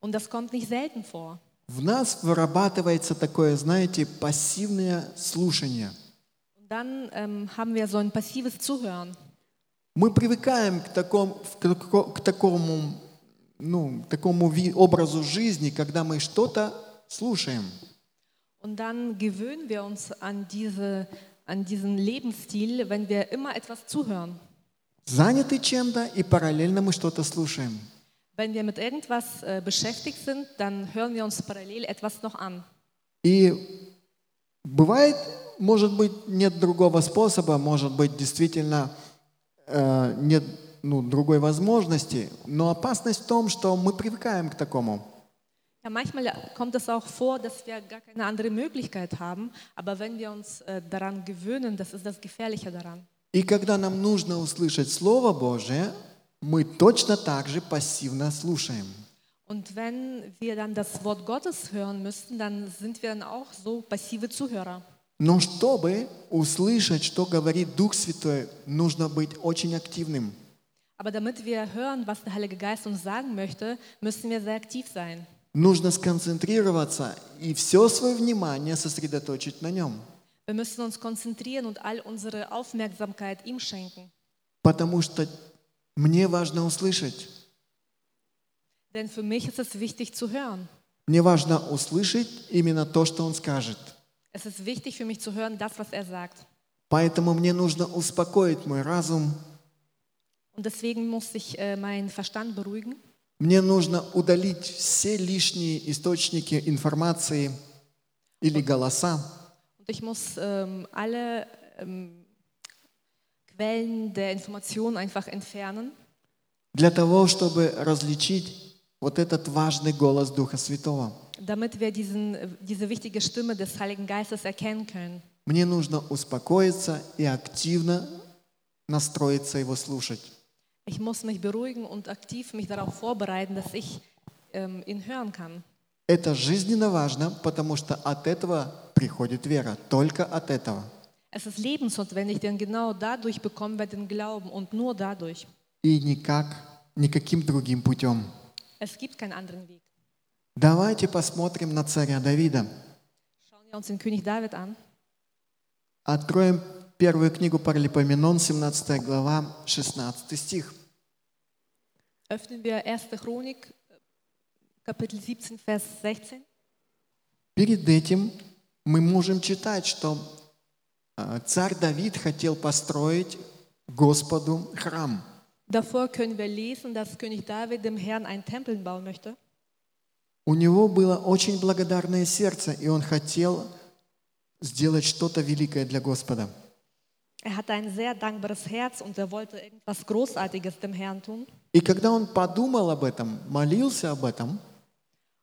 [SPEAKER 2] Und das kommt nicht selten vor.
[SPEAKER 1] В нас вырабатывается такое, знаете, пассивное слушание –
[SPEAKER 2] Und dann ähm, haben wir so ein passives Zuhören.
[SPEAKER 1] Мы привыкаем к, таком, в- к, тако- к такому, ну, к такому ви- образу жизни, когда мы что-то слушаем.
[SPEAKER 2] Und dann gewöhnen wir uns an, diese, an diesen Lebensstil, wenn wir immer etwas zuhören.
[SPEAKER 1] Заняты чем-то и параллельно мы что-то слушаем.
[SPEAKER 2] Wenn wir mit irgendwas äh, beschäftigt sind, dann hören wir uns parallel etwas noch an.
[SPEAKER 1] И бывает, может быть, нет другого способа, может быть, действительно э, нет ну, другой возможности, но опасность в том, что мы привыкаем к такому.
[SPEAKER 2] Ja, manchmal äh, kommt es auch vor, dass wir gar keine andere Möglichkeit haben, aber wenn wir uns äh, daran gewöhnen, das ist das Gefährliche daran.
[SPEAKER 1] И когда нам нужно услышать Слово Божие, мы точно так же пассивно слушаем.
[SPEAKER 2] Und wenn wir dann das Wort Gottes hören müssten, dann sind wir dann auch so passive Zuhörer.
[SPEAKER 1] Но чтобы услышать, что говорит Дух Святой, нужно быть очень активным.
[SPEAKER 2] Aber damit wir hören, was der Heilige Geist uns sagen möchte, müssen wir sehr aktiv sein.
[SPEAKER 1] Нужно сконцентрироваться и все свое внимание сосредоточить на Нем.
[SPEAKER 2] Wir müssen uns konzentrieren und all unsere Aufmerksamkeit ihm schenken.
[SPEAKER 1] Потому что мне важно услышать.
[SPEAKER 2] Denn für mich ist es wichtig zu hören.
[SPEAKER 1] Мне важно услышать именно то, что Он скажет.
[SPEAKER 2] Es ist wichtig für mich zu hören, das, was er sagt.
[SPEAKER 1] Поэтому мне нужно успокоить мой разум.
[SPEAKER 2] Und deswegen muss ich äh, meinen Verstand beruhigen.
[SPEAKER 1] Мне нужно удалить все лишние источники информации или голоса.
[SPEAKER 2] Und ich muss ähm, alle ähm, Quellen der Information einfach entfernen,
[SPEAKER 1] для того, чтобы различить вот этот важный голос Духа Святого.
[SPEAKER 2] damit wir diesen, diese wichtige Stimme des Heiligen Geistes erkennen können.
[SPEAKER 1] Мне нужно успокоиться и активно настроиться его слушать.
[SPEAKER 2] Ich muss mich beruhigen und aktiv mich darauf vorbereiten, dass ich ähm, ihn hören kann.
[SPEAKER 1] Это жизненно важно, потому что от этого приходит вера, только от этого.
[SPEAKER 2] Es ist lebensnotwendig, denn genau dadurch bekommen wir den Glauben und nur dadurch.
[SPEAKER 1] И никак, никаким другим путем.
[SPEAKER 2] Es gibt keinen anderen Weg.
[SPEAKER 1] Давайте посмотрим на царя Давида.
[SPEAKER 2] Schauen wir uns den König David an.
[SPEAKER 1] Откроем первую книгу Паралипоменон, 17 глава, 16 стих.
[SPEAKER 2] Öffnen wir 1. Chronik, äh, Kapitel 17, Vers 16.
[SPEAKER 1] Перед этим мы можем читать, что э, царь Давид хотел построить Господу храм.
[SPEAKER 2] Davor können wir lesen, dass König David dem Herrn einen Tempel bauen möchte.
[SPEAKER 1] У него было очень благодарное сердце, и он хотел сделать что-то великое для Господа.
[SPEAKER 2] Er hatte ein sehr dankbares Herz und er wollte irgendwas Großartiges dem Herrn tun.
[SPEAKER 1] И когда он подумал об этом, молился об этом,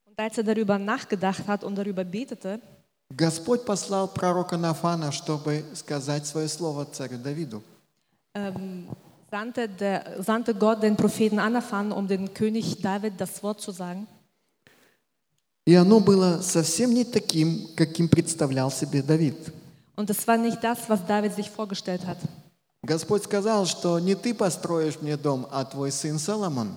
[SPEAKER 2] Und als er darüber nachgedacht hat und darüber betete,
[SPEAKER 1] Господь послал пророка Нафана, чтобы сказать свое слово царю Давиду.
[SPEAKER 2] ähm, sandte, der, sandte Gott den Propheten Anaphan, um dem König David das Wort zu sagen.
[SPEAKER 1] И оно было совсем не таким, каким представлял себе Давид.
[SPEAKER 2] Und es war nicht das, was David sich vorgestellt hat.
[SPEAKER 1] Господь сказал, что не ты построишь мне дом, а твой сын Соломон.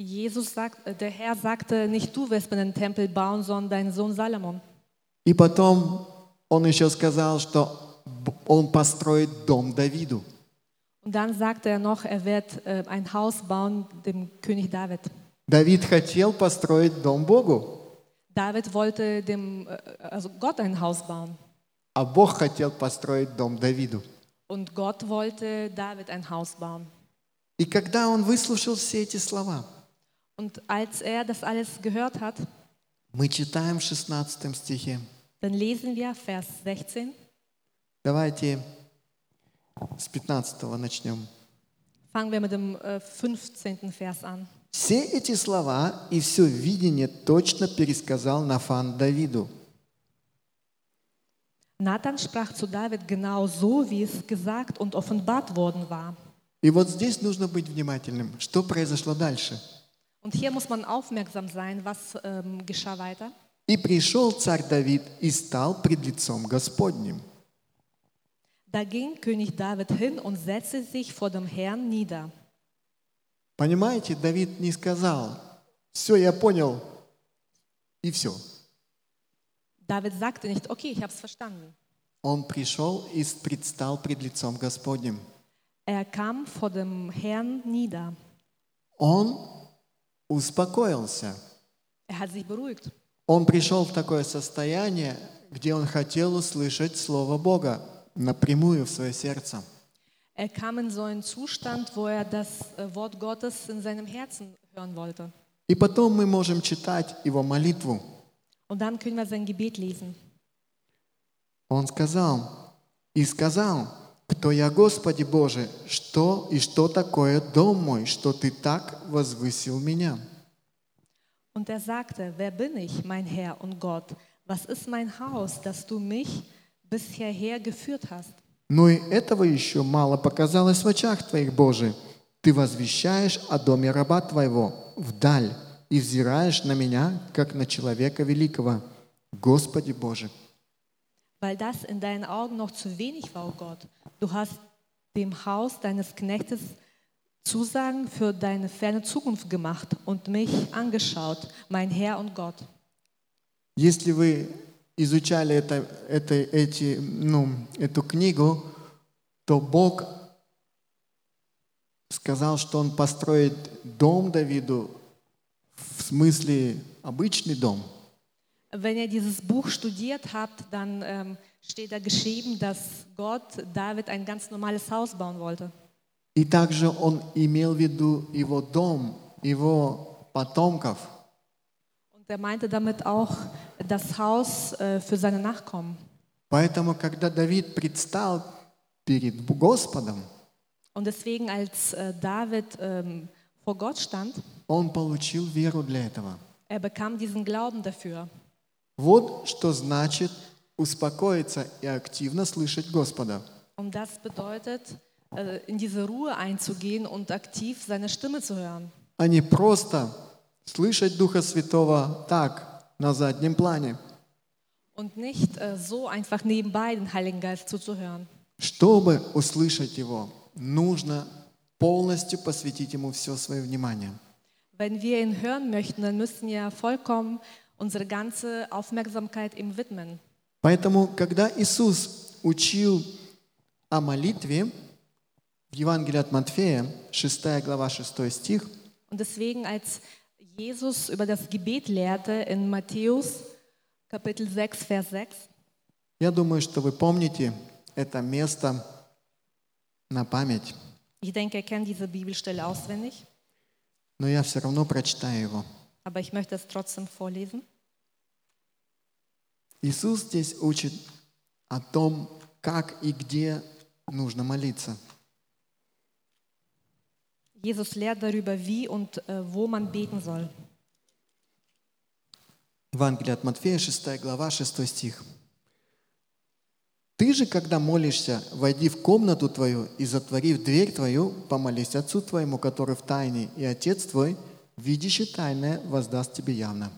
[SPEAKER 2] Jesus sagt, äh, der Herr sagte, nicht du wirst mir den Tempel bauen, sondern dein Sohn Salomon.
[SPEAKER 1] И потом он еще сказал, что б- он построит дом Давиду.
[SPEAKER 2] Und dann sagte er noch, er wird äh, ein Haus bauen dem König David.
[SPEAKER 1] Давид хотел построить дом Богу,
[SPEAKER 2] David wollte dem, äh, also Gott ein Haus bauen
[SPEAKER 1] а Бог хотел построить дом Давиду.
[SPEAKER 2] und Gott wollte David ein Haus bauen.
[SPEAKER 1] И когда он выслушал все эти слова,
[SPEAKER 2] Und als er das alles gehört hat,
[SPEAKER 1] мы читаем в 16 стихе.
[SPEAKER 2] dann lesen wir Vers 16,
[SPEAKER 1] Давайте с 15 начнем.
[SPEAKER 2] fangen wir mit dem äh, 15. Vers an.
[SPEAKER 1] Все эти слова и все видение точно пересказал Нафан Давиду.
[SPEAKER 2] Nathan sprach zu David genau so, wie es gesagt und offenbart worden war.
[SPEAKER 1] И вот здесь нужно быть внимательным. Что произошло дальше?
[SPEAKER 2] Und hier muss man aufmerksam sein, was ähm, geschah weiter.
[SPEAKER 1] «И пришел царь Давид и стал пред лицом Господним».
[SPEAKER 2] Da ging König David hin und setzte sich vor dem Herrn nieder.
[SPEAKER 1] Понимаете, Давид не сказал, все, я понял, и все.
[SPEAKER 2] David sagte nicht, okay, ich habe es verstanden.
[SPEAKER 1] Он пришел и предстал пред лицом Господним.
[SPEAKER 2] Er kam vor dem Herrn nieder.
[SPEAKER 1] Он успокоился.
[SPEAKER 2] Er hat sich beruhigt.
[SPEAKER 1] Он пришел в такое состояние, где он хотел услышать Слово Бога напрямую в свое сердце.
[SPEAKER 2] Er kam in so einen Zustand, wo er das äh, Wort Gottes in seinem Herzen hören wollte.
[SPEAKER 1] И потом мы можем читать его молитву.
[SPEAKER 2] Und dann können wir sein Gebet lesen.
[SPEAKER 1] Он сказал, и сказал, кто я, Господи Боже, что и что такое дом мой, что Ты так возвысил меня.
[SPEAKER 2] Und er sagte, wer bin ich, mein Herr und Gott? Was ist mein Haus, dass du mich bis hierher geführt hast?
[SPEAKER 1] Но и этого еще мало показалось в очах Твоих, Боже. Ты возвещаешь о доме раба Твоего вдаль и взираешь на меня, как на человека великого. Господи Боже,
[SPEAKER 2] Weil das in deinen Augen noch zu wenig war, o Gott. Du hast dem Haus deines Knechtes Zusagen für deine ferne Zukunft gemacht und mich angeschaut, mein Herr und Gott.
[SPEAKER 1] Если вы изучали это, это, эти, ну, эту книгу, то Бог сказал, что Он построит дом Давиду в смысле обычный дом.
[SPEAKER 2] Wenn ihr dieses Buch studiert habt, dann ähm, steht da geschrieben, dass Gott David ein ganz normales Haus bauen wollte.
[SPEAKER 1] И также Он имел в виду его дом, его потомков.
[SPEAKER 2] Und er meinte damit auch das Haus äh, für seine Nachkommen.
[SPEAKER 1] Поэтому, когда Давид предстал перед Господом,
[SPEAKER 2] Und deswegen, als äh, David ähm, vor Gott stand,
[SPEAKER 1] он получил веру для этого.
[SPEAKER 2] er bekam diesen Glauben dafür.
[SPEAKER 1] Вот что значит успокоиться и активно слышать Господа.
[SPEAKER 2] Und das bedeutet, äh, in diese Ruhe einzugehen und aktiv seine Stimme zu hören.
[SPEAKER 1] а не просто слышать Духа Святого так, на заднем плане.
[SPEAKER 2] Und nicht äh, so einfach nebenbei den Heiligen Geist zuzuhören.
[SPEAKER 1] Чтобы услышать Его, нужно полностью посвятить Ему все свое внимание.
[SPEAKER 2] Wenn wir ihn hören möchten, dann müssen wir vollkommen unsere ganze Aufmerksamkeit ihm widmen.
[SPEAKER 1] Поэтому, когда Иисус учил о молитве, в Евангелии от Матфея, 6 глава, 6 стих,
[SPEAKER 2] Und deswegen, als Jesus über das Gebet lehrte in Matthäus Kapitel 6, Vers 6,
[SPEAKER 1] я думаю, что вы помните это место на память,
[SPEAKER 2] ich denke, er kennt diese Bibelstelle auswendig,
[SPEAKER 1] но я все равно прочитаю его.
[SPEAKER 2] aber ich möchte es trotzdem vorlesen.
[SPEAKER 1] Иисус здесь учит о том, как и где нужно молиться.
[SPEAKER 2] Jesus lehrt darüber, wie und äh, wo man beten soll.
[SPEAKER 1] Евангелие от Матфея, 6 глава, 6 стих. «Ты же, когда молишься, войди в комнату твою и, затворив дверь твою, помолись Отцу твоему, который в тайне, и Отец твой, видящий тайное, воздаст тебе явно».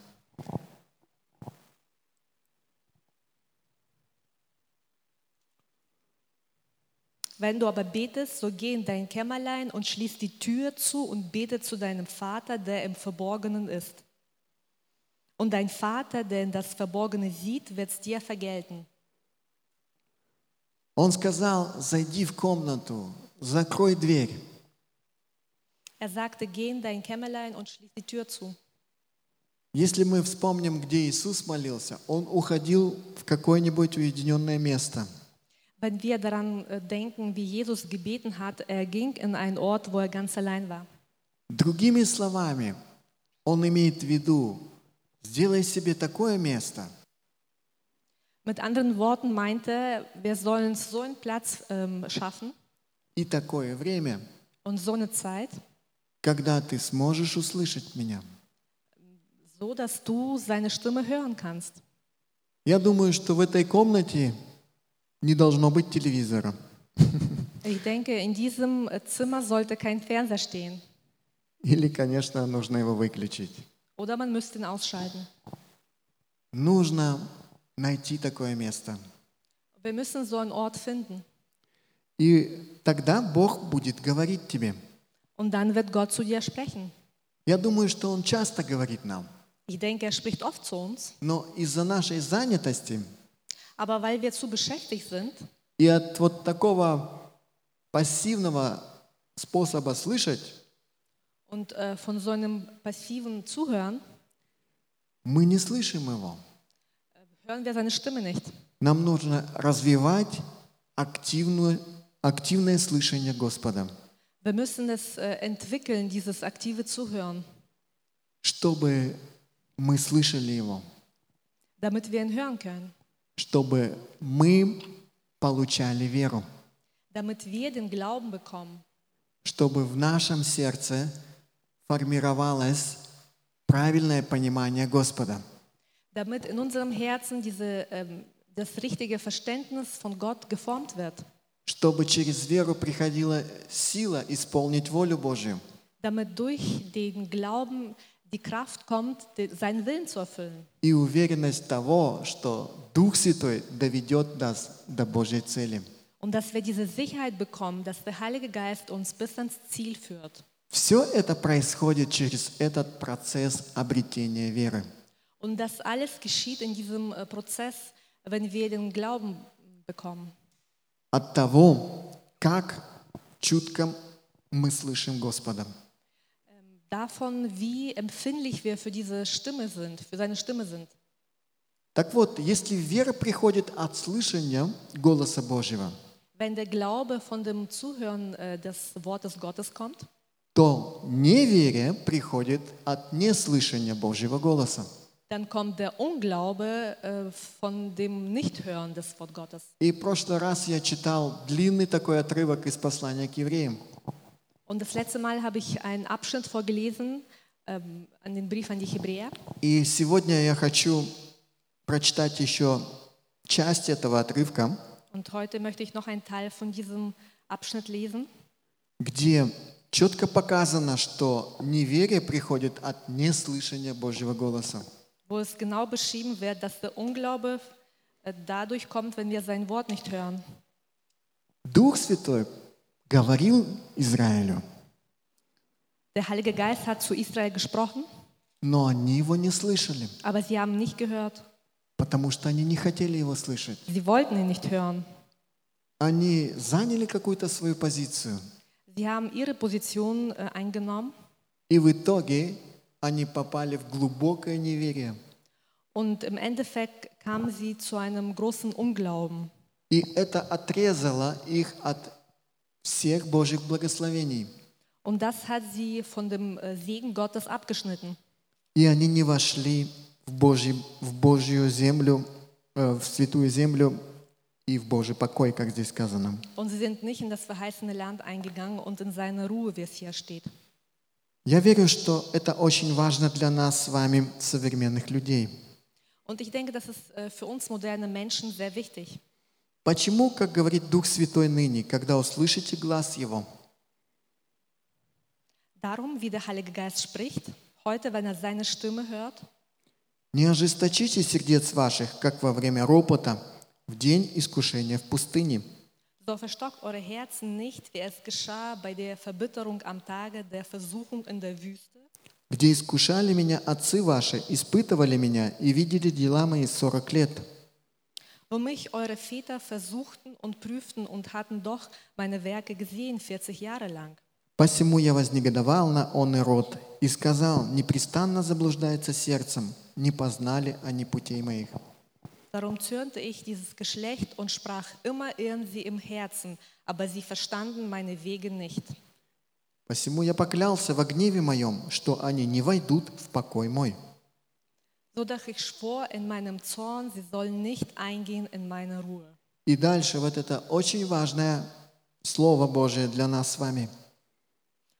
[SPEAKER 2] Wenn du aber betest, so geh in dein Kämmerlein und schließ die Tür zu und bete zu deinem Vater, der im Verborgenen ist. Und dein Vater, der in das Verborgene sieht, wird es dir vergelten.
[SPEAKER 1] Он сказал, зайди в комнату, закрой дверь.
[SPEAKER 2] Er sagte, geh in dein Kämmerlein und schließ die Tür zu.
[SPEAKER 1] Если мы вспомним, где Иисус молился, Он уходил в какое-нибудь уединенное место –
[SPEAKER 2] Wenn wir daran äh, denken, wie Jesus gebeten hat, er ging in einen Ort, wo er ganz allein war.
[SPEAKER 1] Другими словами, он имеет в виду, сделай себе такое место,
[SPEAKER 2] Mit anderen Worten meinte er, wir sollen uns so einen Platz ähm, schaffen
[SPEAKER 1] и такое время,
[SPEAKER 2] und so eine Zeit,
[SPEAKER 1] когда ты сможешь услышать меня.
[SPEAKER 2] so dass du seine Stimme hören kannst.
[SPEAKER 1] Я думаю, что в этой комнате не должно быть телевизора.
[SPEAKER 2] Ich denke, in diesem äh, Zimmer sollte kein Fernseher stehen.
[SPEAKER 1] Или, конечно, нужно его выключить.
[SPEAKER 2] Oder man müsste ihn ausschalten.
[SPEAKER 1] Нужно найти такое место.
[SPEAKER 2] Wir müssen so einen Ort finden.
[SPEAKER 1] И тогда Бог будет говорить тебе.
[SPEAKER 2] Und dann wird Gott zu dir sprechen.
[SPEAKER 1] Я думаю, что Он часто говорит нам.
[SPEAKER 2] Ich denke, er spricht oft zu uns.
[SPEAKER 1] Но из-за нашей занятости
[SPEAKER 2] Aber weil wir zu beschäftigt sind
[SPEAKER 1] И от вот такого пассивного способа слышать
[SPEAKER 2] und äh, von so einem passiven Zuhören,
[SPEAKER 1] мы не слышим его.
[SPEAKER 2] hören wir seine Stimme nicht.
[SPEAKER 1] Нам нужно развивать активную, активное слышание Господа.
[SPEAKER 2] Wir müssen es äh, entwickeln, dieses aktive Zuhören.
[SPEAKER 1] чтобы мы слышали Его,
[SPEAKER 2] damit wir ihn hören können,
[SPEAKER 1] чтобы мы получали веру,
[SPEAKER 2] damit wir den Glauben bekommen,
[SPEAKER 1] чтобы в нашем сердце формировалось правильное понимание Господа.
[SPEAKER 2] damit in unserem Herzen diese, ähm, das richtige Verständnis von Gott geformt wird,
[SPEAKER 1] чтобы через веру приходила сила исполнить волю Божью,
[SPEAKER 2] damit durch den Glauben die Kraft kommt, de- seinen Willen zu erfüllen
[SPEAKER 1] и уверенность того, что Дух Святой доведет нас до Божьей цели.
[SPEAKER 2] und dass wir diese Sicherheit bekommen, dass der Heilige Geist uns bis ans Ziel führt.
[SPEAKER 1] Все это происходит через этот процесс обретения веры.
[SPEAKER 2] Und das alles geschieht in diesem äh, Prozess, wenn wir den Glauben bekommen.
[SPEAKER 1] От того, как чутко мы слышим Господа.
[SPEAKER 2] Davon, wie empfindlich wir für diese Stimme sind, für seine Stimme sind.
[SPEAKER 1] Так вот, если вера приходит от слышания голоса Божьего,
[SPEAKER 2] Wenn der Glaube von dem Zuhören äh, des Wortes Gottes kommt,
[SPEAKER 1] то неверие приходит от неслышания Божьего голоса.
[SPEAKER 2] dann kommt der Unglaube äh, von dem Nichthören des Wort Gottes.
[SPEAKER 1] И в прошлый раз я читал длинный такой отрывок из послания к евреям.
[SPEAKER 2] Und das letzte Mal habe ich einen Abschnitt vorgelesen ähm, an den Brief an die Hebräer.
[SPEAKER 1] И сегодня я хочу прочитать еще часть этого отрывка,
[SPEAKER 2] Und heute möchte ich noch einen Teil von diesem Abschnitt lesen,
[SPEAKER 1] где четко показано, что неверие приходит от неслышания Божьего голоса.
[SPEAKER 2] wo es genau beschrieben wird, dass der Unglaube äh, dadurch kommt, wenn wir sein Wort nicht hören.
[SPEAKER 1] Дух Святой говорил Израилю,
[SPEAKER 2] Der Heilige Geist hat zu Israel gesprochen,
[SPEAKER 1] но они его не слышали,
[SPEAKER 2] aber sie haben nicht gehört.
[SPEAKER 1] потому что они не хотели его слышать.
[SPEAKER 2] Sie wollten ihn nicht hören.
[SPEAKER 1] Они заняли какую-то свою позицию,
[SPEAKER 2] Sie haben ihre Position äh, eingenommen
[SPEAKER 1] и в итоге они попали в глубокое неверие.
[SPEAKER 2] und im Endeffekt kamen sie zu einem großen Unglauben.
[SPEAKER 1] И это отрезало их от всех Божьих благословений.
[SPEAKER 2] Und das hat sie von dem äh, Segen Gottes abgeschnitten.
[SPEAKER 1] И они не вошли в, Божий, в Божью землю, э, в святую землю и в Божий покой, как здесь сказано.
[SPEAKER 2] Und sie sind nicht in das verheißene Land eingegangen und in seine Ruhe, wie es hier steht.
[SPEAKER 1] Я верю, что это очень важно для нас с вами, современных людей.
[SPEAKER 2] Und ich denke, das ist äh, für uns moderne Menschen sehr wichtig.
[SPEAKER 1] Почему, как говорит Дух Святой ныне, когда услышите глаз Его,
[SPEAKER 2] Darum, wie der Heilige Geist spricht, heute, wenn er seine Stimme hört,
[SPEAKER 1] не ожесточите сердец ваших, как во время ропота, в день искушения в пустыне,
[SPEAKER 2] so verstockt eure Herzen nicht, wie es geschah bei der Verbitterung am Tage der Versuchung in der Wüste,
[SPEAKER 1] где искушали меня отцы ваши, испытывали меня и видели дела мои сорок лет.
[SPEAKER 2] wo mich eure Väter versuchten und prüften und hatten doch meine Werke gesehen 40 Jahre lang.
[SPEAKER 1] Посему я вознегодовал на он и род и сказал, непрестанно заблуждается сердцем, не познали они путей моих.
[SPEAKER 2] Darum zürnte ich dieses Geschlecht und sprach, immer irren sie im Herzen, aber sie verstanden meine Wege nicht.
[SPEAKER 1] Посему я поклялся во гневе моем, что они не войдут в покой мой.
[SPEAKER 2] So dass ich schwor in meinem Zorn, sie sollen nicht eingehen in meine Ruhe.
[SPEAKER 1] И дальше вот это очень важное Слово Божие для нас с вами.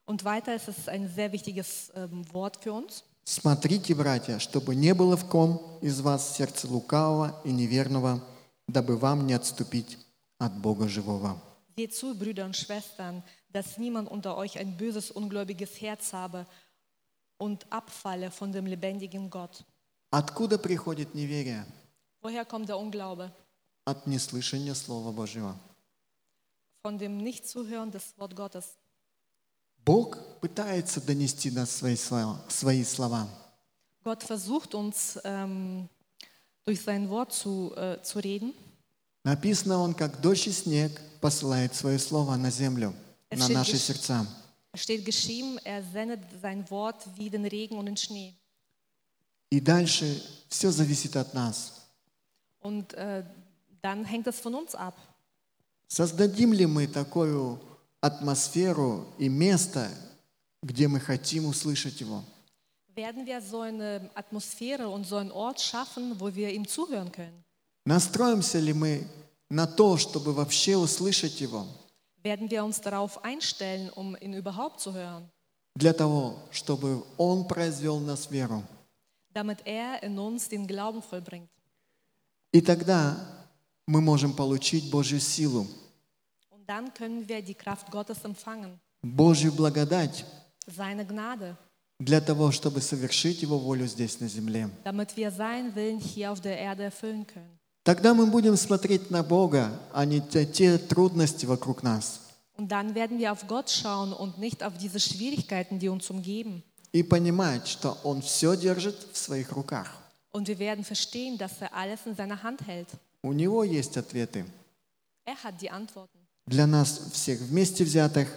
[SPEAKER 2] Und weiter ist es ein sehr wichtiges ähm, Wort für uns.
[SPEAKER 1] Смотрите, братья, чтобы не было в ком из вас сердца лукавого и неверного, дабы вам не отступить от Бога живого.
[SPEAKER 2] Seht zu, Brüder und Schwestern, dass niemand unter euch ein böses, ungläubiges Herz habe und abfalle von dem lebendigen Gott.
[SPEAKER 1] Откуда приходит неверие?
[SPEAKER 2] Woher kommt der Unglaube?
[SPEAKER 1] От неслышания Слова Божьего.
[SPEAKER 2] Von dem Nichtzuhören des Wort Gottes.
[SPEAKER 1] Бог пытается донести нас свои слова, свои слова,
[SPEAKER 2] Gott versucht uns ähm, durch sein Wort zu, äh, zu reden.
[SPEAKER 1] Написано, Он как дождь и снег посылает свое слово на землю, на
[SPEAKER 2] Эши-
[SPEAKER 1] наши
[SPEAKER 2] эш-
[SPEAKER 1] сердца.
[SPEAKER 2] Es steht geschrieben, er sendet sein Wort wie den Regen und den Schnee.
[SPEAKER 1] И дальше все зависит от нас.
[SPEAKER 2] Und äh, dann hängt das von uns ab.
[SPEAKER 1] Создадим ли мы такую атмосферу и место, где мы хотим услышать Его?
[SPEAKER 2] werden wir so eine Atmosphäre und so einen Ort schaffen, wo wir ihm zuhören können?
[SPEAKER 1] Настроимся ли мы на то, чтобы вообще услышать Его,
[SPEAKER 2] Werden wir uns darauf einstellen, um ihn überhaupt zu hören,
[SPEAKER 1] для того, чтобы Он произвел в нас веру?
[SPEAKER 2] damit er in uns den Glauben vollbringt?
[SPEAKER 1] И тогда мы можем получить Божью силу,
[SPEAKER 2] Und dann können wir die Kraft Gottes empfangen,
[SPEAKER 1] Божью благодать
[SPEAKER 2] seine Gnade,
[SPEAKER 1] для того, чтобы совершить Его волю здесь на земле.
[SPEAKER 2] damit wir seinen Willen hier auf der Erde erfüllen können.
[SPEAKER 1] Тогда мы будем смотреть на Бога, а не те, те трудности вокруг нас.
[SPEAKER 2] Und dann werden wir auf Gott schauen und nicht auf diese Schwierigkeiten, die uns umgeben.
[SPEAKER 1] И понимать, что Он все держит в своих руках.
[SPEAKER 2] Und wir werden verstehen, dass er alles in seiner Hand hält.
[SPEAKER 1] У Него есть ответы.
[SPEAKER 2] Er hat die Antworten.
[SPEAKER 1] Для нас всех вместе взятых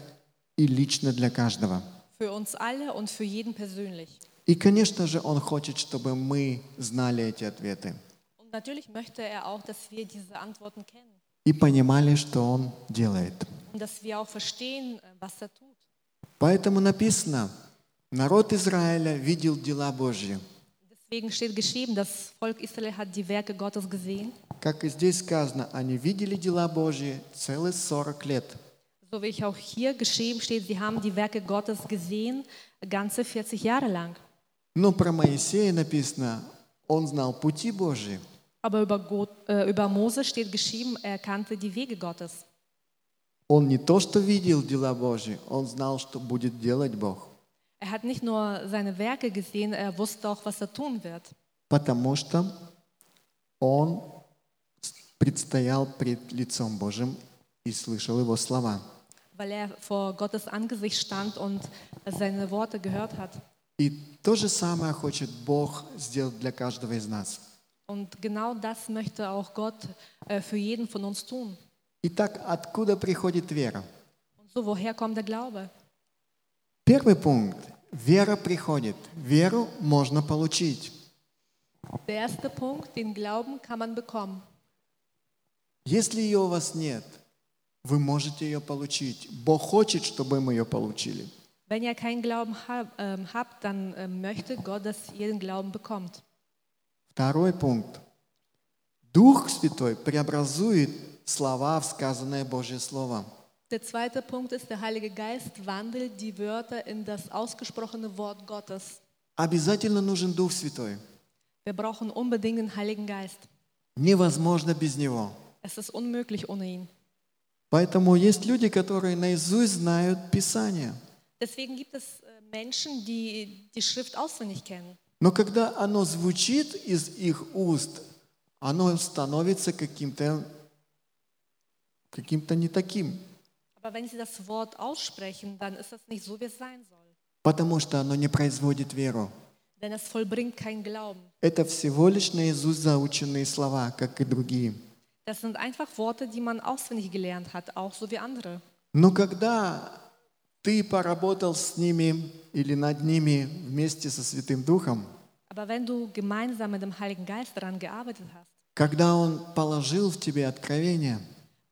[SPEAKER 1] и лично для каждого.
[SPEAKER 2] Für uns alle und für jeden persönlich.
[SPEAKER 1] И, конечно же, Он хочет, чтобы мы знали эти ответы
[SPEAKER 2] Und natürlich möchte er auch, dass wir diese Antworten kennen
[SPEAKER 1] и понимали, что Он делает.
[SPEAKER 2] und dass wir auch verstehen, äh, was er tut.
[SPEAKER 1] Поэтому написано, народ Израиля видел дела Божьи.
[SPEAKER 2] Deswegen steht geschrieben, das Volk Israel hat die Werke Gottes gesehen.
[SPEAKER 1] Как и здесь сказано, они видели дела Божьи целых 40 лет.
[SPEAKER 2] So wie ich auch hier geschrieben steht, sie haben die Werke Gottes gesehen, ganze 40 Jahre lang.
[SPEAKER 1] Но про Моисея написано, он знал пути Божьи.
[SPEAKER 2] Aber über, Gott, äh, über Mose steht geschrieben, er kannte die Wege Gottes.
[SPEAKER 1] Он не то, что видел дела Божьи, он знал, что будет делать Бог.
[SPEAKER 2] Er hat nicht nur seine Werke gesehen, er wusste auch, was er tun wird,
[SPEAKER 1] Потому что он предстоял пред лицом Божьим и слышал его слова.
[SPEAKER 2] weil er vor Gottes Angesicht stand und seine Worte gehört hat.
[SPEAKER 1] И то же самое хочет Бог сделать для каждого из нас.
[SPEAKER 2] Und genau das möchte auch Gott äh, für jeden von uns tun.
[SPEAKER 1] Итак, откуда приходит вера?
[SPEAKER 2] Und so, woher kommt der Glaube?
[SPEAKER 1] Первый пункт. Вера приходит. Веру можно получить.
[SPEAKER 2] Der erste Punkt, den Glauben kann man bekommen.
[SPEAKER 1] Если ее у вас нет, вы можете ее получить. Бог хочет, чтобы мы ее получили.
[SPEAKER 2] Wenn ihr keinen Glauben hab, ähm, habt, dann ähm, möchte Gott, dass ihr den Glauben bekommt.
[SPEAKER 1] Второй пункт. Дух Святой преобразует слова в сказанное Божье Слово.
[SPEAKER 2] Der zweite Punkt ist, der Heilige Geist wandelt die Wörter in das ausgesprochene Wort Gottes.
[SPEAKER 1] Обязательно нужен Дух Святой.
[SPEAKER 2] Wir brauchen unbedingt den Heiligen Geist.
[SPEAKER 1] Невозможно без Него.
[SPEAKER 2] Es ist unmöglich ohne ihn.
[SPEAKER 1] Поэтому есть люди, которые наизусть знают Писание.
[SPEAKER 2] Deswegen gibt es äh, Menschen, die die Schrift auswendig kennen.
[SPEAKER 1] Но когда оно звучит из их уст, оно становится каким-то каким-то не таким,
[SPEAKER 2] Aber wenn sie das Wort aussprechen, dann ist das nicht so, wie es sein soll.
[SPEAKER 1] потому что оно не производит веру.
[SPEAKER 2] Denn es vollbringt keinen Glauben.
[SPEAKER 1] Это всего лишь наизусть заученные слова, как и другие.
[SPEAKER 2] Das sind einfach Worte, die man auswendig gelernt hat, auch so wie andere.
[SPEAKER 1] Но когда ты поработал с ними или над ними вместе со Святым Духом,
[SPEAKER 2] Aber wenn du gemeinsam mit dem Heiligen Geist daran gearbeitet hast,
[SPEAKER 1] когда Он положил в тебе откровение,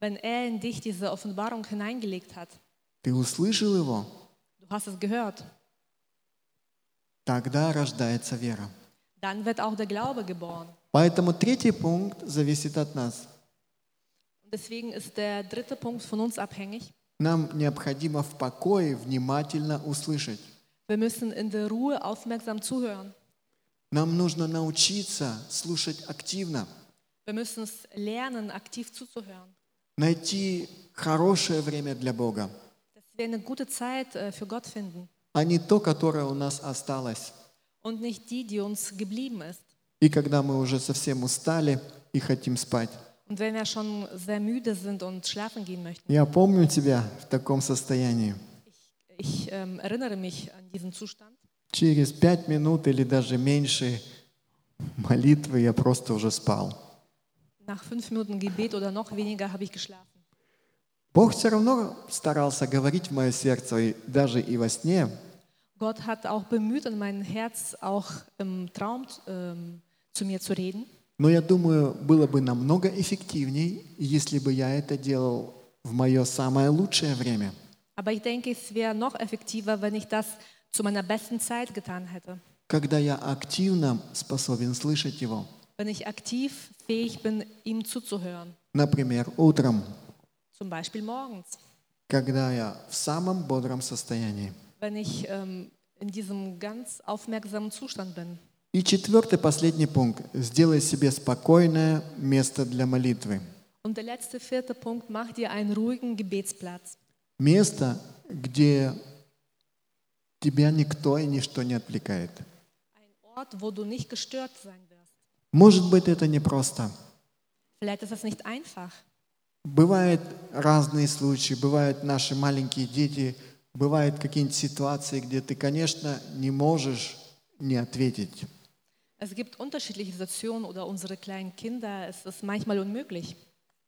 [SPEAKER 2] wenn er in dich diese Offenbarung hineingelegt hat,
[SPEAKER 1] ты услышал его,
[SPEAKER 2] du hast es gehört,
[SPEAKER 1] тогда рождается вера.
[SPEAKER 2] dann wird auch der Glaube geboren.
[SPEAKER 1] Поэтому третий пункт зависит от нас.
[SPEAKER 2] Und deswegen ist der dritte Punkt von uns abhängig.
[SPEAKER 1] Нам необходимо в покое внимательно услышать.
[SPEAKER 2] Wir müssen in der Ruhe aufmerksam zuhören.
[SPEAKER 1] Нам нужно научиться слушать активно,
[SPEAKER 2] Wir müssen es lernen, aktiv zuzuhören,
[SPEAKER 1] найти хорошее время для Бога,
[SPEAKER 2] dass wir eine gute Zeit äh, für Gott finden
[SPEAKER 1] а не то, которое у нас осталось.
[SPEAKER 2] und nicht die, die uns geblieben ist.
[SPEAKER 1] И когда мы уже совсем устали и хотим спать.
[SPEAKER 2] Und wenn wir schon sehr müde sind und schlafen gehen möchten.
[SPEAKER 1] Я помню тебя в таком состоянии.
[SPEAKER 2] Ich ähm, erinnere mich an diesen Zustand.
[SPEAKER 1] Через пять минут или даже меньше молитвы я просто уже спал.
[SPEAKER 2] Nach fünf Minuten Gebet oder noch weniger habe ich geschlafen.
[SPEAKER 1] Бог все равно старался говорить в мое сердце, и даже и во сне.
[SPEAKER 2] Gott hat auch bemüht, in mein Herz auch im Traum ähm, zu mir zu reden.
[SPEAKER 1] Но я думаю, было бы намного эффективней, если бы я это делал в мое самое лучшее время.
[SPEAKER 2] Aber ich denke, es wäre noch effektiver, wenn ich das zu meiner besten Zeit getan hätte.
[SPEAKER 1] когда я активно способен слышать Его.
[SPEAKER 2] wenn ich aktiv fähig bin, ihm zuzuhören.
[SPEAKER 1] Например, утром,
[SPEAKER 2] Zum Beispiel morgens,
[SPEAKER 1] когда я в самом бодром состоянии.
[SPEAKER 2] wenn ich ähm, in diesem ganz aufmerksamen Zustand bin.
[SPEAKER 1] И четвертый, последний пункт. Сделай себе спокойное место для молитвы.
[SPEAKER 2] Und der letzte, vierte Punkt, mach dir einen ruhigen Gebetsplatz.
[SPEAKER 1] Место, где тебя никто и ничто не отвлекает.
[SPEAKER 2] Ein Ort, wo du nicht gestört sein wirst.
[SPEAKER 1] Может быть, это непросто.
[SPEAKER 2] Vielleicht ist das nicht einfach.
[SPEAKER 1] Бывают разные случаи, бывают наши маленькие дети, бывают какие-нибудь ситуации, где ты, конечно, не можешь не ответить.
[SPEAKER 2] Es gibt unterschiedliche Situationen oder unsere kleinen Kinder, es ist manchmal unmöglich.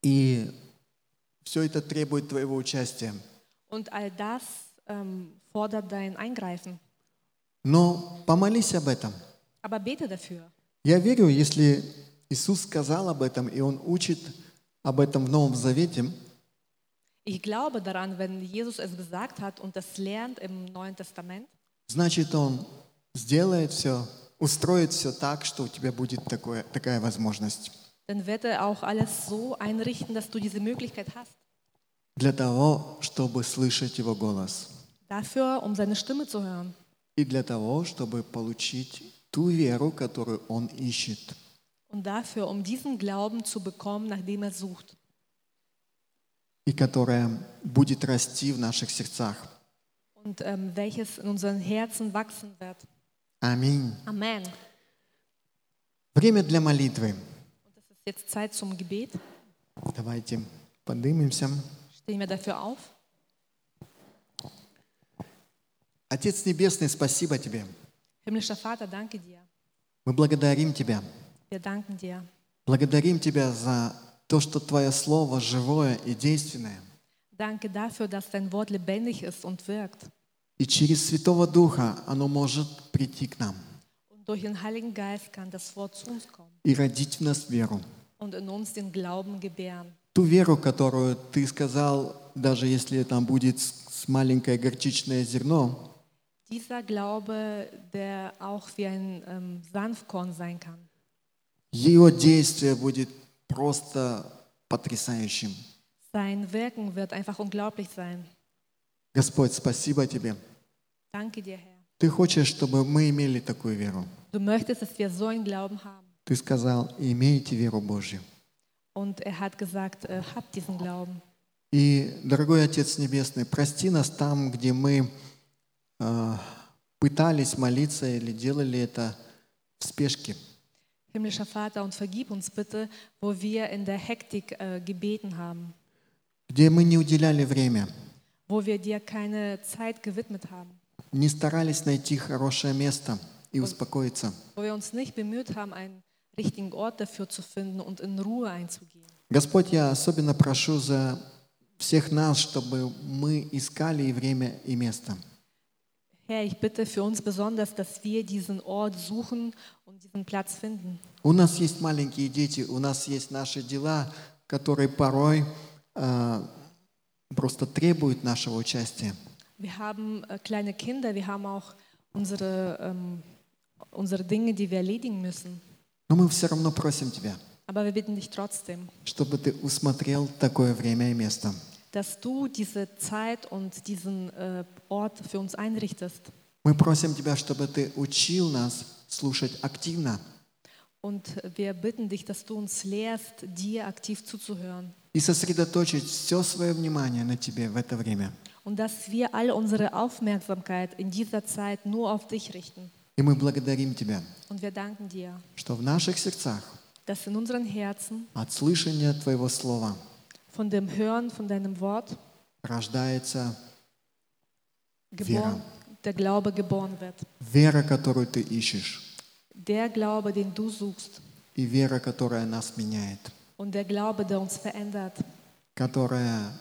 [SPEAKER 1] И все это требует твоего участия.
[SPEAKER 2] Und all das ähm, fordert dein Eingreifen.
[SPEAKER 1] Но помолись об этом.
[SPEAKER 2] Aber bete dafür.
[SPEAKER 1] Я верю, если Иисус сказал об этом, и Он учит об этом в Новом Завете,
[SPEAKER 2] Ich glaube daran, wenn Jesus es gesagt hat und das lernt im Neuen Testament,
[SPEAKER 1] значит, Он сделает все, устроит все так, что у тебя будет такое, такая возможность.
[SPEAKER 2] dann wird er auch alles so einrichten, dass du diese Möglichkeit hast.
[SPEAKER 1] Для того, чтобы слышать Его голос.
[SPEAKER 2] Dafür, um seine Stimme zu hören
[SPEAKER 1] И для того, чтобы получить ту веру, которую Он ищет.
[SPEAKER 2] und dafür, um diesen Glauben zu bekommen, nach dem er sucht
[SPEAKER 1] И которая будет расти в наших сердцах.
[SPEAKER 2] und ähm, welches in unseren Herzen wachsen wird.
[SPEAKER 1] Аминь.
[SPEAKER 2] Amen.
[SPEAKER 1] Время для молитвы.
[SPEAKER 2] Und es ist jetzt Zeit zum Gebet.
[SPEAKER 1] Давайте поднимемся.
[SPEAKER 2] Stehen wir dafür auf.
[SPEAKER 1] Отец Небесный, спасибо Тебе.
[SPEAKER 2] Himmlischer Vater, danke dir.
[SPEAKER 1] Мы благодарим Тебя.
[SPEAKER 2] Wir danken dir.
[SPEAKER 1] Благодарим Тебя за то, что Твое Слово живое и действенное.
[SPEAKER 2] Danke dafür, dass dein Wort lebendig ist und wirkt.
[SPEAKER 1] И через Святого Духа оно может прийти к нам
[SPEAKER 2] Und durch den Heiligen Geist kann das Wort zu uns kommen
[SPEAKER 1] и родить в нас веру.
[SPEAKER 2] und in uns den Glauben gebären.
[SPEAKER 1] Ту веру, которую Ты сказал, даже если там будет с- с маленькое горчичное зерно,
[SPEAKER 2] Dieser Glaube, der auch wie ein ähm, Sanftkorn sein kann.
[SPEAKER 1] ее действие будет просто потрясающим.
[SPEAKER 2] Sein Wirken wird einfach unglaublich sein.
[SPEAKER 1] Господь, спасибо Тебе.
[SPEAKER 2] Danke dir, Herr.
[SPEAKER 1] Ты хочешь, чтобы мы имели такую веру.
[SPEAKER 2] Du möchtest, dass wir so einen Glauben haben.
[SPEAKER 1] Ты сказал, имейте веру Божью.
[SPEAKER 2] Und er hat gesagt, äh, habt diesen Glauben.
[SPEAKER 1] И, дорогой Отец Небесный, прости нас там, где мы э, пытались молиться или делали это в спешке.
[SPEAKER 2] Himmlischer Vater, und vergib uns bitte, wo wir in der Hektik äh, gebeten haben,
[SPEAKER 1] где мы не уделяли время,
[SPEAKER 2] wo wir dir keine Zeit gewidmet haben,
[SPEAKER 1] не старались найти хорошее место и успокоиться.
[SPEAKER 2] wo wir uns nicht bemüht haben, einen richtigen Ort dafür zu finden und in Ruhe einzugehen.
[SPEAKER 1] Господь, я особенно прошу за всех нас, чтобы мы искали и время, и место.
[SPEAKER 2] Herr, ich bitte für uns besonders, dass wir diesen Ort suchen und diesen Platz finden.
[SPEAKER 1] У нас есть маленькие дети, у нас есть наши дела, которые порой э, просто требуют нашего участия.
[SPEAKER 2] Wir haben äh, kleine Kinder, wir haben auch unsere, ähm, unsere Dinge, die wir erledigen müssen.
[SPEAKER 1] Но мы все равно просим Тебя,
[SPEAKER 2] Aber wir bitten dich trotzdem,
[SPEAKER 1] чтобы Ты усмотрел такое время и место.
[SPEAKER 2] dass du diese Zeit und diesen äh, Ort für uns einrichtest.
[SPEAKER 1] Мы просим Тебя, чтобы Ты учил нас слушать активно
[SPEAKER 2] Und wir bitten dich, dass du uns lehrst, dir aktiv zuzuhören.
[SPEAKER 1] и сосредоточить все свое внимание на Тебе в это время.
[SPEAKER 2] Und dass wir all unsere Aufmerksamkeit in dieser Zeit nur auf dich richten.
[SPEAKER 1] И мы благодарим Тебя,
[SPEAKER 2] Und wir danken dir,
[SPEAKER 1] что в наших сердцах
[SPEAKER 2] dass in unseren Herzen
[SPEAKER 1] от слышания Твоего Слова
[SPEAKER 2] von dem Hören, von deinem Wort
[SPEAKER 1] рождается
[SPEAKER 2] geboren, der Glaube geboren wird.
[SPEAKER 1] вера, которую Ты ищешь,
[SPEAKER 2] Der Glaube, den du suchst
[SPEAKER 1] и вера, которая нас меняет,
[SPEAKER 2] und der Glaube, der uns verändert,
[SPEAKER 1] которая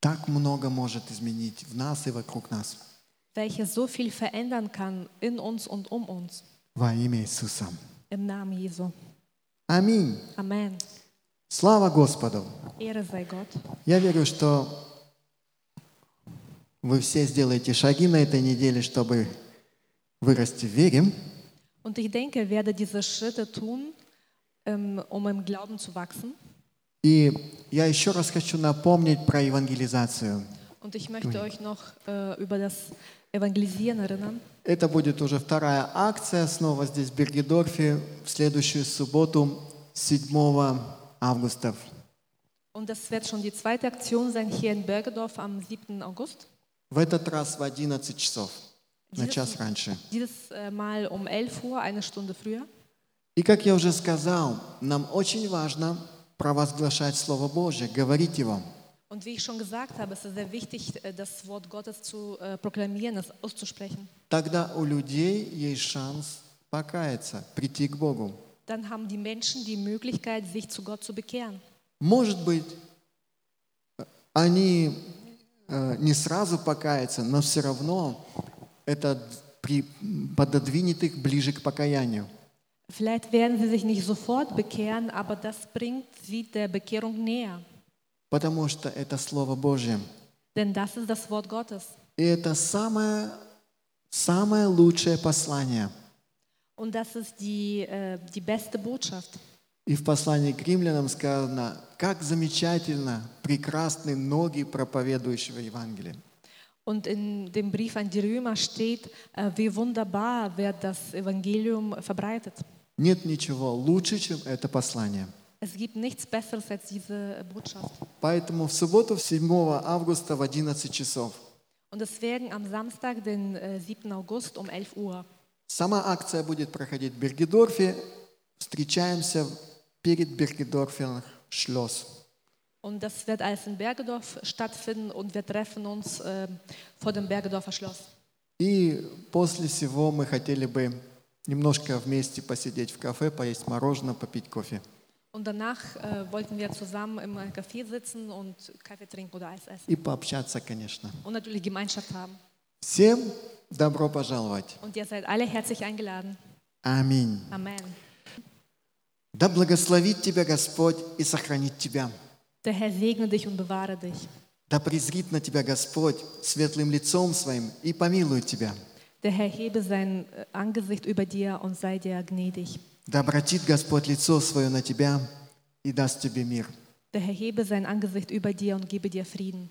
[SPEAKER 1] так много может изменить в нас и вокруг нас.
[SPEAKER 2] welcher so viel verändern kann in uns und um uns.
[SPEAKER 1] Во имя Иисуса.
[SPEAKER 2] Im Namen Jesu.
[SPEAKER 1] Аминь.
[SPEAKER 2] Amen.
[SPEAKER 1] Слава Господу!
[SPEAKER 2] Ehre sei Gott.
[SPEAKER 1] Я верю, что вы все сделаете шаги на этой неделе, чтобы вырасти в вере.
[SPEAKER 2] Und ich denke, werde diese Schritte tun, ähm, um im Glauben zu wachsen.
[SPEAKER 1] И я еще раз хочу напомнить про евангелизацию.
[SPEAKER 2] Und ich möchte euch noch äh, über das Evangelisieren erinnern.
[SPEAKER 1] Это будет уже вторая акция, снова здесь в Бергедорфе, в следующую субботу, 7 августа.
[SPEAKER 2] Und das wird schon die zweite Aktion sein hier in Bergedorf am 7. August.
[SPEAKER 1] В этот раз в 11 часов, на
[SPEAKER 2] Интересно.
[SPEAKER 1] час раньше.
[SPEAKER 2] Dieses äh, Mal um 11 Uhr, eine Stunde früher.
[SPEAKER 1] И как я уже сказал, нам очень важно провозглашать Слово Божье, говорить его.
[SPEAKER 2] Und wie ich schon gesagt habe, es ist sehr wichtig, äh, das Wort Gottes zu äh, proklamieren, das auszusprechen.
[SPEAKER 1] Тогда у людей есть шанс покаяться, прийти к Богу.
[SPEAKER 2] Dann haben die Menschen die Möglichkeit, sich zu Gott zu bekehren.
[SPEAKER 1] Может быть, они э, не сразу покаятся, но все равно это при- пододвинет их ближе к покаянию.
[SPEAKER 2] Vielleicht werden sie sich nicht sofort bekehren, aber das bringt sie der Bekehrung näher.
[SPEAKER 1] Потому что это Слово Божье.
[SPEAKER 2] Denn das ist das Wort Gottes.
[SPEAKER 1] И это самое, самое лучшее послание.
[SPEAKER 2] Und das ist die, äh, die beste Botschaft.
[SPEAKER 1] И в послании к римлянам сказано, как замечательно, прекрасны ноги проповедующего Евангелия.
[SPEAKER 2] Und in dem Brief an die Römer steht, äh, wie wunderbar wird das Evangelium verbreitet.
[SPEAKER 1] Нет ничего лучше, чем это послание.
[SPEAKER 2] Es gibt nichts Besseres als diese äh, Botschaft.
[SPEAKER 1] Поэтому в субботу 7 августа в 11 часов
[SPEAKER 2] Und deswegen am Samstag, den äh, 7. August um 11 Uhr.
[SPEAKER 1] Сама акция будет проходить в Бергедорфе. Встречаемся перед Бергедорфен Шлос.
[SPEAKER 2] Und das wird alles in Bergedorf stattfinden und wir treffen uns äh, vor dem Bergedorfer Schloss.
[SPEAKER 1] И после всего мы хотели бы немножко вместе посидеть в кафе, поесть мороженое, попить кофе.
[SPEAKER 2] Und danach äh, wollten wir zusammen im Café sitzen und Kaffee trinken oder Eis essen.
[SPEAKER 1] И пообщаться, конечно.
[SPEAKER 2] Und natürlich Gemeinschaft haben.
[SPEAKER 1] Всем добро пожаловать.
[SPEAKER 2] Und ihr seid alle herzlich eingeladen.
[SPEAKER 1] Аминь.
[SPEAKER 2] Amen.
[SPEAKER 1] Да благословит тебя Господь и сохранит тебя.
[SPEAKER 2] Der Herr segne dich und bewahre dich.
[SPEAKER 1] Да презрит на тебя Господь светлым лицом своим и помилует тебя.
[SPEAKER 2] Der Herr hebe sein äh, Angesicht über dir und sei dir gnädig.
[SPEAKER 1] Да обратит Господь лицо свое на тебя и даст тебе мир.
[SPEAKER 2] Der Herr hebe sein Angesicht über dir und gebe dir Frieden.